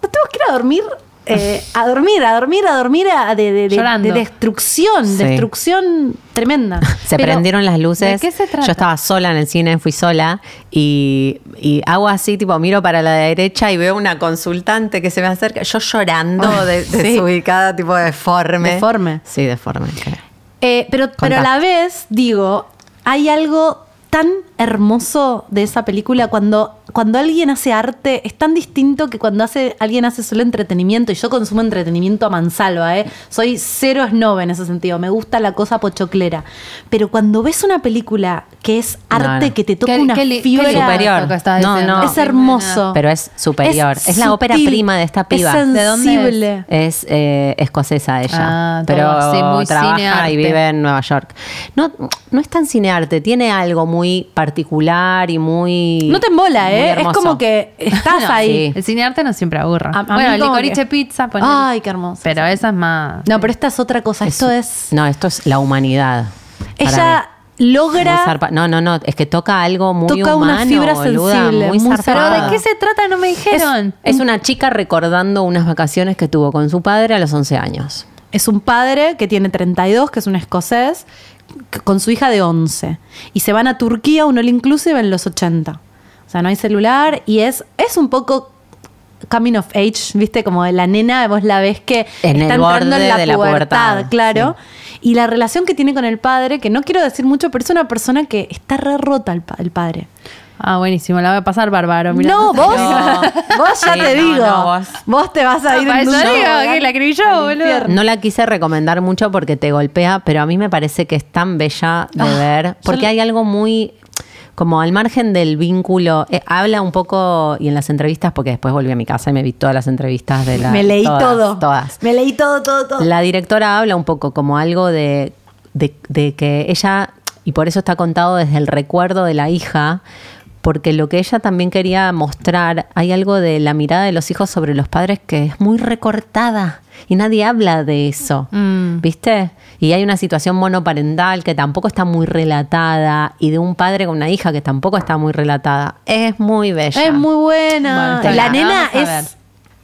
S1: No tengo que ir a dormir, eh, a dormir, a dormir, a dormir, a- de, de- de-
S2: Llorando.
S1: de destrucción,
S3: Sí.
S1: destrucción tremenda.
S3: Se
S2: Pero,
S3: prendieron las luces.
S2: ¿de qué se trata?
S3: Yo estaba sola en el cine, fui sola y, y hago así, tipo, miro para la derecha y veo una consultante que se me acerca. Yo llorando, de- desubicada, tipo deforme.
S1: Ah, Deforme.
S3: Sí, deforme. creo.
S1: Eh, pero, pero a la vez, digo, hay algo tan hermoso de esa película cuando, cuando alguien hace arte, es tan distinto que cuando hace, alguien hace solo entretenimiento, y yo consumo entretenimiento a mansalva, ¿eh? soy cero snob en ese sentido, me gusta la cosa pochoclera, pero cuando ves una película que es
S3: No,
S1: arte
S3: no.
S1: que te toca
S2: Qué-
S1: una
S2: qué li- qué
S1: fibra
S2: lindo
S3: Superior.
S2: esto que estás
S3: No,
S2: diciendo.
S3: no.
S1: Es hermoso.
S3: Pero es superior. Es, la ópera
S1: sutil,
S3: prima de esta piba.
S1: Es
S2: ¿De dónde es?
S1: sensible.
S3: Es eh, escocesa ella,
S2: Ah, todo
S3: pero
S2: así, muy
S3: trabaja
S2: cinearte.
S3: y vive en Nueva York. No, no es tan cinearte, tiene algo muy particular y muy...
S1: No te embola,
S3: muy
S1: ¿eh? Es
S3: hermoso.
S1: como que estás
S2: No,
S1: ahí.
S3: Sí.
S2: El cinearte no siempre aburra.
S1: A- a mí
S2: bueno,
S1: como
S2: licorice
S1: que-
S2: pizza, ponele.
S1: Ay, qué hermoso.
S2: Pero esa es más.
S1: No, pero esta es otra cosa, esto es...
S3: No, esto es la humanidad. para
S1: Ella
S3: mí. Muy
S1: logra.
S3: zarpa- No, no, no, es que toca algo muy
S1: Toca
S3: humano,
S1: una fibra
S3: boluda,
S1: sensible,
S3: muy
S1: muy
S3: zarpada.
S1: zarpada.
S2: ¿Pero de qué se trata? No me dijeron.
S3: Es una chica recordando unas vacaciones que tuvo con su padre a los 11 años.
S1: Es un padre que tiene 32, que es un escocés, c- con su hija de 11. Y se van a Turquía, un all inclusive, en los 80. O sea, no hay celular y es, es un poco coming of age, ¿viste? Como de la nena, vos la ves que
S3: En el
S1: está entrando
S3: borde
S1: en la
S3: de la
S1: pubertad,
S3: pubertad,
S1: claro. Y la relación que tiene con el padre, que no quiero decir mucho, pero es una persona que está re rota el, pa- el padre.
S2: Ah, buenísimo. La voy a pasar bárbaro. mirá.
S1: no, vos, vos ya
S3: Sí,
S1: te
S3: no,
S1: digo.
S3: no,
S1: vos.
S3: vos.
S1: te vas a
S2: No,
S1: ir
S2: para
S1: en
S2: eso
S1: un
S2: digo,
S1: tobogán
S2: que la escribí yo,
S1: al
S2: boludo.
S1: infierno.
S3: No la quise recomendar mucho porque te golpea, pero a mí me parece que es tan bella de
S1: Ah,
S3: ver, porque hay algo muy como al margen del vínculo, eh, habla un poco y en las entrevistas, porque después volví a mi casa y me vi todas las entrevistas de la...
S1: Me leí
S3: todas,
S1: todo.
S3: Todas.
S1: Me leí todo, todo, todo.
S3: La directora habla un poco como algo de, de- de que ella, y por eso está contado desde el recuerdo de la hija, porque lo que ella también quería mostrar, hay algo de la mirada de los hijos sobre los padres que es muy recortada y nadie habla de eso,
S1: Mm.
S3: ¿viste? Y hay una situación monoparental que tampoco está muy relatada y de un padre con una hija que tampoco está muy relatada. Es muy bella.
S1: es muy buena.
S2: Bueno, está
S1: la
S2: bien.
S1: nena
S2: Vamos a
S1: es.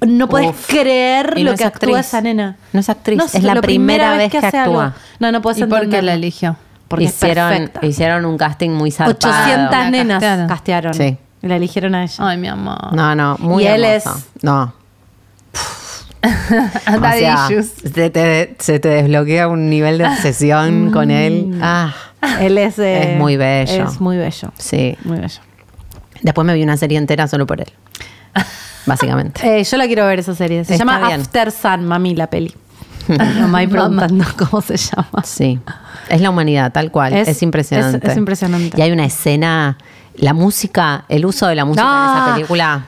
S1: No podés
S3: Uf.
S1: creer
S3: Y
S1: lo
S3: no
S1: que
S3: es
S1: actúa
S3: actriz.
S1: esa nena.
S3: No es actriz, es
S1: lo
S3: la primera vez que actúa.
S1: No, no podés
S2: ¿Y por qué
S1: entenderlo.
S2: la eligió?
S1: Porque es
S3: hicieron,
S1: perfecta.
S3: hicieron un casting muy zarpado.
S1: 800
S2: La
S1: nenas
S2: castearon.
S1: castearon.
S3: Sí.
S1: Y La eligieron a ella.
S2: Ay, mi amor.
S3: No, no, muy
S1: Y él
S3: hermosa. No. o
S2: Daddy
S3: sea,
S2: issues.
S3: se, te, se te desbloquea un nivel de obsesión con él. Ah,
S1: Él es. eh,
S3: Es muy bello.
S1: Es muy bello.
S3: sí.
S1: Muy bello.
S3: Después me vi una serie entera solo por él. Básicamente.
S1: Eh, yo la quiero ver esa serie. Se
S3: Está
S1: llama
S3: bien.
S1: After Sun, mami, la peli. No me preguntando cómo se llama.
S3: Sí. Es la humanidad, tal cual.
S1: Es-
S3: Es, impresionante.
S1: es- es impresionante.
S3: Y hay una escena, la música, el uso de la música en
S1: Ah.
S3: esa película.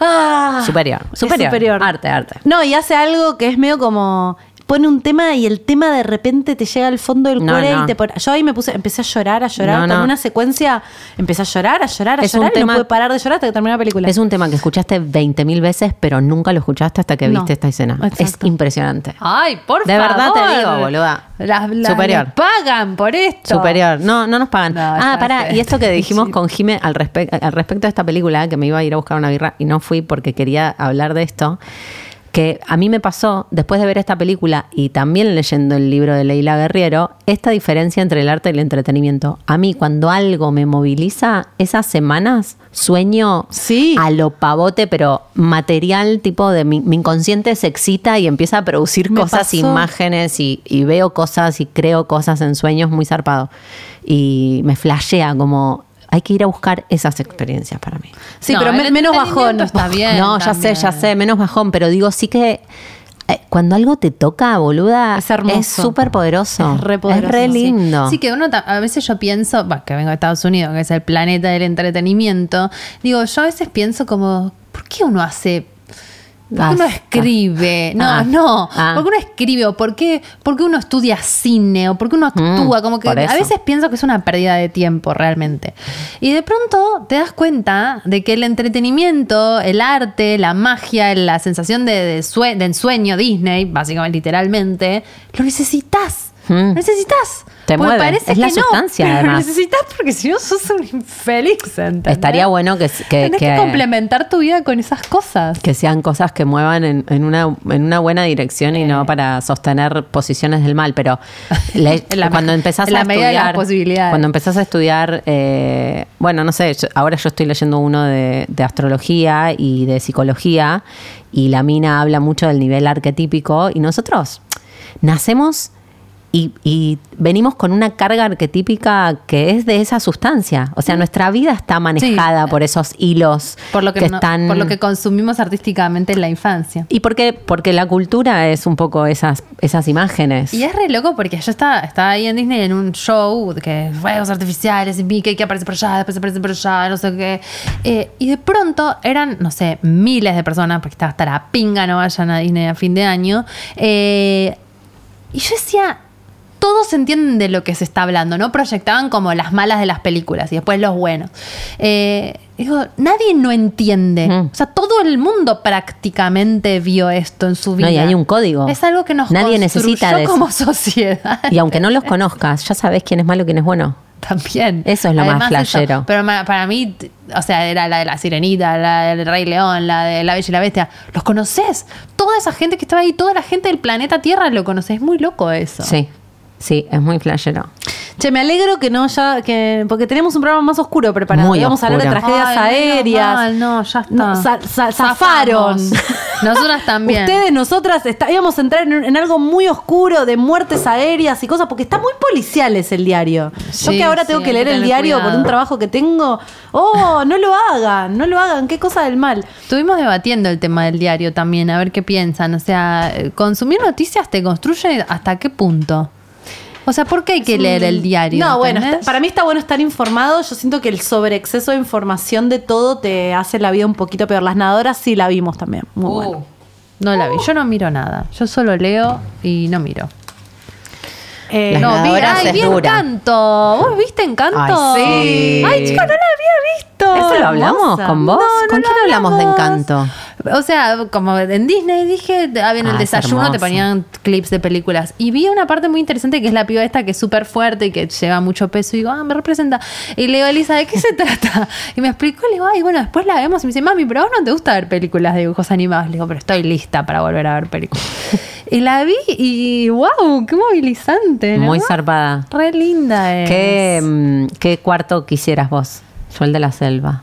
S1: Ah,
S3: Superior.
S1: es
S3: Superior. Arte, arte.
S1: No, y hace algo que es medio como pone un tema y el tema de repente te llega al fondo del
S3: No,
S1: cuore
S3: no.
S1: y te pone. Yo ahí me puse, empecé a llorar, a llorar.
S3: No,
S1: con
S3: no.
S1: una secuencia empecé a llorar, a llorar, a
S3: Es un
S1: llorar. y
S3: tema-
S1: no pude parar de llorar hasta que terminó la película.
S3: Es un tema que escuchaste 20.000 veces, pero nunca lo escuchaste hasta que
S1: No.
S3: viste esta escena. Es
S1: Exacto.
S3: impresionante.
S2: Ay, por
S3: De
S2: favor.
S3: verdad te digo, boluda.
S2: Las, las-
S3: Superior.
S2: les pagan por esto.
S3: Superior. No, no nos pagan.
S2: No,
S3: ah,
S2: ya
S3: pará.
S2: sé.
S3: Y esto que dijimos con Jime al, respe- al respecto de esta película, que me iba a ir a buscar una birra y no fui porque quería hablar de esto, que a mí me pasó, después de ver esta película y también leyendo el libro de Leila Guerriero, esta diferencia entre el arte y el entretenimiento. A mí, cuando algo me moviliza, esas semanas sueño
S1: Sí.
S3: a lo pavote, pero material, tipo de mi, mi inconsciente se excita y empieza a producir
S1: Me
S3: cosas,
S1: pasó.
S3: imágenes imágenes y, y veo cosas y creo cosas en sueños muy zarpado. Y me flashea como hay que ir a buscar esas experiencias para mí. Ah,
S1: sí,
S2: No,
S1: pero
S2: el
S1: me- menos bajón.
S2: entretenimiento está bien.
S3: no, ya
S2: también.
S3: sé, ya sé, menos bajón, pero digo sí que eh, cuando algo te toca, boluda,
S1: Es hermoso.
S3: súper poderoso.
S1: Es re poderoso, sí.
S3: lindo.
S2: Sí, que uno ta- a veces yo pienso, bah, que vengo de Estados Unidos, que es el planeta del entretenimiento, digo, yo a veces pienso como, ¿por qué uno hace... ¿Por qué uno
S3: Basta.
S2: escribe? No,
S3: Ah,
S2: no.
S3: ah.
S2: ¿Por qué uno escribe? ¿O por qué, por qué uno estudia cine? ¿O por qué uno actúa?
S3: Mm,
S2: Como que
S3: por eso.
S2: a veces pienso que es una pérdida de tiempo realmente. Y de pronto te das cuenta de que el entretenimiento, el arte, la magia, la sensación de, de, sue- de ensueño Disney, básicamente, literalmente, lo necesitas.
S3: Mm.
S2: Lo Necesitas.
S3: Te
S2: Porque
S3: mueve, es la sustancia,
S2: pero
S3: además.
S2: Lo necesitas porque si no sos un infeliz. ¿entendés?
S3: Estaría bueno que, que,
S2: Tenés que,
S3: que-
S2: complementar tu vida con esas cosas.
S3: que sean cosas que muevan en, en una, en una buena dirección y no para sostener posiciones del mal, pero le-
S2: En la
S3: cuando
S2: me-
S3: empezás
S2: en la
S3: a
S2: medida
S3: estudiar,
S2: de las posibilidades.
S3: cuando empezás a estudiar, eh, bueno, no sé, yo- ahora yo estoy leyendo uno de, de astrología y de psicología y la mina habla mucho del nivel arquetípico y nosotros nacemos y, y venimos con una carga arquetípica que es de esa sustancia, o sea, nuestra vida está manejada por esos hilos
S2: Mm. Por lo que, no-
S3: están
S2: por lo que consumimos artísticamente en la infancia.
S3: y porque, porque la cultura es un poco esas, esas imágenes.
S2: Y es re loco porque yo estaba, estaba ahí en Disney en un show que fuegos artificiales y Mickey que aparece por allá, después aparece por allá, no sé qué. Eh, y de pronto eran, no sé, miles de personas, porque estaba hasta la pinga, no vayan a Disney a fin de año. Eh, y yo decía, todos entienden de lo que se está hablando, ¿no? Proyectaban como las malas de las películas y después los buenos. Eh, digo, nadie no entiende.
S3: Mm.
S2: O sea, todo el mundo prácticamente vio esto en su vida.
S3: No, y hay un código.
S2: Es algo que nos
S3: Nadie
S2: construyó
S3: necesita de eso.
S2: como sociedad.
S3: Y aunque no los conozcas, ya sabes quién es malo y quién es bueno.
S2: También.
S3: Eso es lo más
S2: eso.
S3: flashero.
S2: pero ma- para mí, t- o sea, era la de la sirenita, la del Rey León, la de la Bella y la Bestia. Los conoces. Toda esa gente que estaba ahí, toda la gente del planeta Tierra lo conoces. Es muy loco eso.
S3: Sí, sí, es muy flashero.
S1: Che, me alegro que no ya, que, porque tenemos un programa más oscuro preparado.
S3: Muy
S1: y vamos a hablar de
S3: oscuro.
S1: tragedias
S2: Ay, menos
S1: aéreas.
S2: mal, no, ya está.
S1: sa- sa- zafaron.
S2: Zafamos. Nosotras también.
S1: Ustedes, nosotras, está- íbamos a entrar en, en algo muy oscuro de muertes aéreas y cosas, porque está muy policial ese el diario. Yo
S2: Sí,
S1: que ahora
S2: sí,
S1: tengo
S2: hay
S1: que leer
S2: que
S1: el
S2: tener
S1: diario por
S2: cuidado.
S1: un trabajo que tengo. Oh, no lo hagan, no lo hagan, qué cosa del mal.
S2: Estuvimos debatiendo el tema del diario también, a ver qué piensan. O sea, consumir noticias te construye hasta qué punto. O sea, ¿por qué hay que leer el diario?
S1: No, bueno,
S2: ¿entendés?
S1: está- para mí está bueno estar informado. Yo siento que el sobreexceso de información de todo te hace la vida un poquito peor. Las nadadoras sí la vimos también. Muy bueno.
S2: Oh. No la vi. Yo no miro nada. Yo solo leo y no miro.
S1: Eh,
S3: Las
S2: no, vi-
S3: nadadoras
S2: ay,
S3: es
S2: vi
S3: dura.
S2: Encanto. ¿Vos viste Encanto?
S3: Ay, sí.
S2: Ay, chico, no la había visto.
S3: ¿Eso lo hablamos
S1: hermosa.
S3: con vos?
S2: No, no
S3: ¿Con
S2: lo
S3: quién hablamos de encanto?
S2: O sea, como en Disney dije, ah, bien, en
S3: Ah,
S2: el
S3: es
S2: desayuno te
S3: hermoso.
S2: ponían clips de películas. Y vi una parte muy interesante que es la piba esta que es súper fuerte y que lleva mucho peso. Y digo, ah, me representa. Y le digo a Elisa, ¿de qué se trata? Y me explicó, le digo, ay, bueno, después la vemos. Y me dice, mami, pero a vos no te gusta ver películas de dibujos animados. Le digo, pero estoy lista para volver a ver películas. y la vi y, wow, qué movilizante. ¿no?
S3: Muy zarpada.
S2: Re linda es.
S3: ¿Qué, mm, ¿Qué cuarto quisieras vos? Yo el de la selva.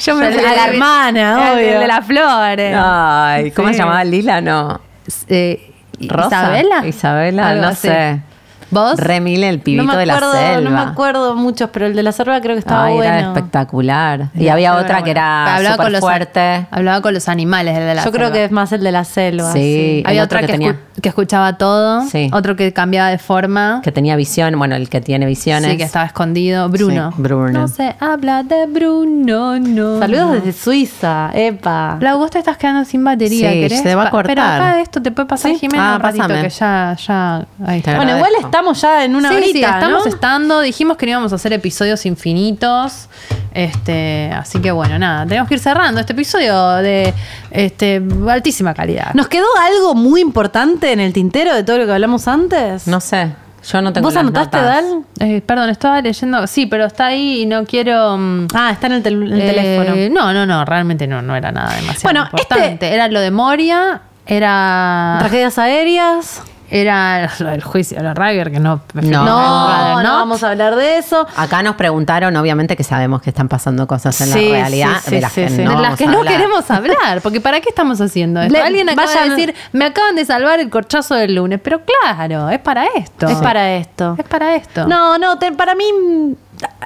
S2: Yo me
S1: a la hermana,
S2: el,
S1: obvio.
S2: de las flores.
S3: Ay, ¿cómo
S2: Sí.
S3: se llamaba Lila? No.
S2: Eh,
S3: Rosa.
S2: ¿Isabela?
S3: Isabela,
S2: Algo
S3: no
S2: así.
S3: sé.
S2: ¿Vos?
S3: Remile, el pibito
S1: no me
S3: de la
S1: acuerdo,
S3: selva.
S1: No me acuerdo muchos, pero el de la selva creo que estaba
S3: Ay,
S1: bueno.
S3: era espectacular. Y
S1: Era-
S3: había
S1: era
S3: otra que
S1: bueno.
S3: era
S2: hablaba con
S3: súper
S2: los
S3: fuerte.
S2: hablaba con los animales el de la
S1: Yo creo
S2: selva.
S1: que es más el de la selva.
S3: Sí. el
S2: había
S3: otro
S2: otra que,
S3: que tenía.
S2: escu- que escuchaba todo,
S3: Sí.
S2: otro que cambiaba de forma,
S3: Que tenía visión, bueno, el que tiene visiones.
S2: sí, que estaba escondido, Bruno.
S3: Sí, Bruno.
S2: No se habla de Bruno, no.
S1: Saludos desde Suiza, epa.
S2: Blau, vos te estás quedando sin batería,
S3: Sí,
S2: ¿querés?
S3: se va a
S2: Pa-
S3: cortar.
S2: Pero acá esto te puede pasar,
S3: Sí.
S2: Jimena,
S3: Ah,
S2: un ratito,
S3: pásame.
S2: que ya, ya, ahí está.
S3: Te
S1: Bueno,
S3: agradezco.
S1: igual estamos ya en una
S2: sí,
S1: horita,
S2: sí, estamos
S1: ¿no?
S2: estando. Dijimos que no íbamos a hacer episodios infinitos. Este, así que bueno, nada, tenemos que ir cerrando este episodio de este, altísima calidad.
S1: ¿Nos quedó algo muy importante en el tintero de todo lo que hablamos antes?
S3: No sé, yo no tengo
S1: ¿Vos
S3: las
S1: anotaste,
S3: notas.
S1: Dal?
S2: Eh, perdón, estaba leyendo. Sí, pero está ahí y no quiero. mm,
S1: Ah, está en el, tel- el
S2: eh,
S1: teléfono.
S2: No, no, no, realmente no, no era nada demasiado
S1: Bueno, este
S2: importante. Era lo de Moria, era.
S1: Tragedias aéreas.
S2: Era el juicio de los Rager, que no.
S1: Ah.
S3: No.
S1: No, no,
S2: rather not.
S1: vamos a hablar de eso.
S3: Acá nos preguntaron, obviamente que sabemos que están pasando cosas en
S1: Sí,
S3: la realidad
S1: sí, sí,
S3: de las
S1: sí,
S3: que
S1: sí.
S3: no,
S1: De
S2: de las
S3: vamos
S2: que
S3: a
S2: no
S3: hablar.
S2: queremos hablar, porque ¿para qué estamos haciendo esto?
S1: Le-
S2: Alguien acaba
S1: vayan-
S2: de decir, me acaban de salvar el corchazo del lunes, pero claro, es para esto.
S1: Es para esto.
S2: Es para esto.
S1: No, no, te- para mí mm,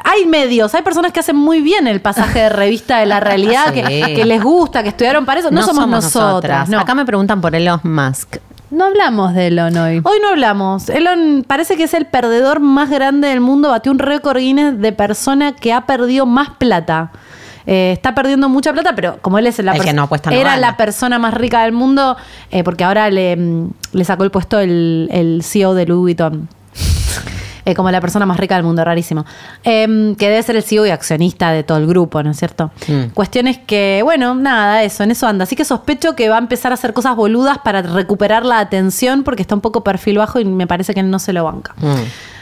S1: hay medios, hay personas que hacen muy bien el pasaje de revista de la realidad,
S3: Sí.
S1: que, que les gusta, que estudiaron para eso. No, somos, nosotras. no.
S3: Acá me preguntan por Elon Musk.
S2: No hablamos de Elon hoy.
S1: Hoy no hablamos. Elon parece que es el perdedor más grande del mundo. Batió un récord Guinness de persona que ha perdido más plata. Eh, está perdiendo mucha plata, pero como él es la
S3: El
S1: pers-
S3: que no apuesta no
S1: era
S3: gana.
S1: la persona más rica del mundo, eh, porque ahora le, mm, le sacó el puesto el, el CEO de Louis Vuitton. Eh, como la persona más rica del mundo, rarísimo. Em, que debe ser el CEO y accionista de todo el grupo, ¿no es cierto?
S3: Mm.
S1: Cuestiones que, bueno, nada, eso, en eso anda. Así que sospecho que va a empezar a hacer cosas boludas para recuperar la atención porque está un poco perfil bajo y me parece que no se lo banca.
S3: Mm.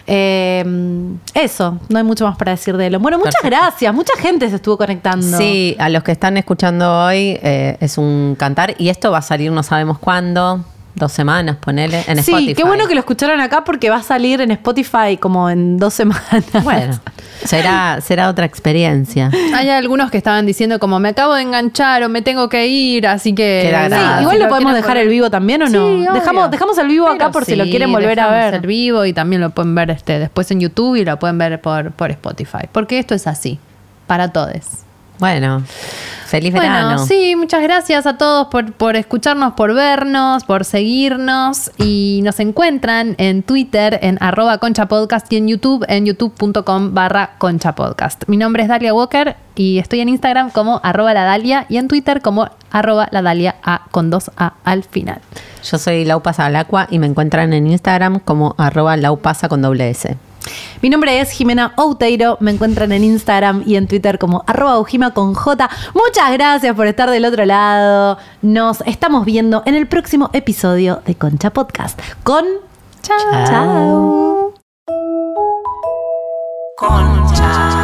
S1: Em, eso, no hay mucho más para decir de Elon. Bueno, muchas
S3: Perfecto.
S1: gracias, mucha gente se estuvo conectando.
S3: Sí, a los que están escuchando hoy eh, es un cantar y esto va a salir no sabemos cuándo, dos semanas, ponele, en
S1: sí,
S3: Spotify.
S1: qué bueno que lo escucharon acá porque va a salir en Spotify como en dos semanas.
S3: Bueno, será, será otra experiencia.
S2: Hay algunos que estaban diciendo como me acabo de enganchar o me tengo que ir, así que... nada,
S3: Queda grabado.
S1: Sí,
S2: si
S1: igual lo podemos
S2: quieren
S1: dejar
S2: volver-
S1: el vivo también o
S2: Sí,
S1: no.
S2: obvio.
S1: dejamos, dejamos el vivo acá
S2: Pero
S1: por si lo
S2: sí,
S1: quieren volver a
S2: dejamos
S1: ver.
S2: el vivo y también lo pueden ver este, después en YouTube y lo pueden ver por, por Spotify. Porque esto es así, para todos.
S3: Bueno, feliz verano.
S2: Bueno, sí, muchas gracias a todos por, por escucharnos, por vernos, por seguirnos. Y nos encuentran en Twitter, en arroba conchapodcast y en YouTube, en youtube.com barra conchapodcast. Mi nombre es Dalia Walker y estoy en Instagram como arroba la Dalia y en Twitter como arroba la Dalia A con dos A al final.
S3: Yo soy Laupasa Alacua y me encuentran en Instagram como arroba laupasa con doble S.
S1: Mi nombre es Jimena Outeiro. Me encuentran en Instagram y en Twitter como arroba ujima con J. Muchas gracias por estar del otro lado. Nos estamos viendo en el próximo episodio de Concha Podcast. Con
S2: Chao.
S1: chao.
S4: Concha.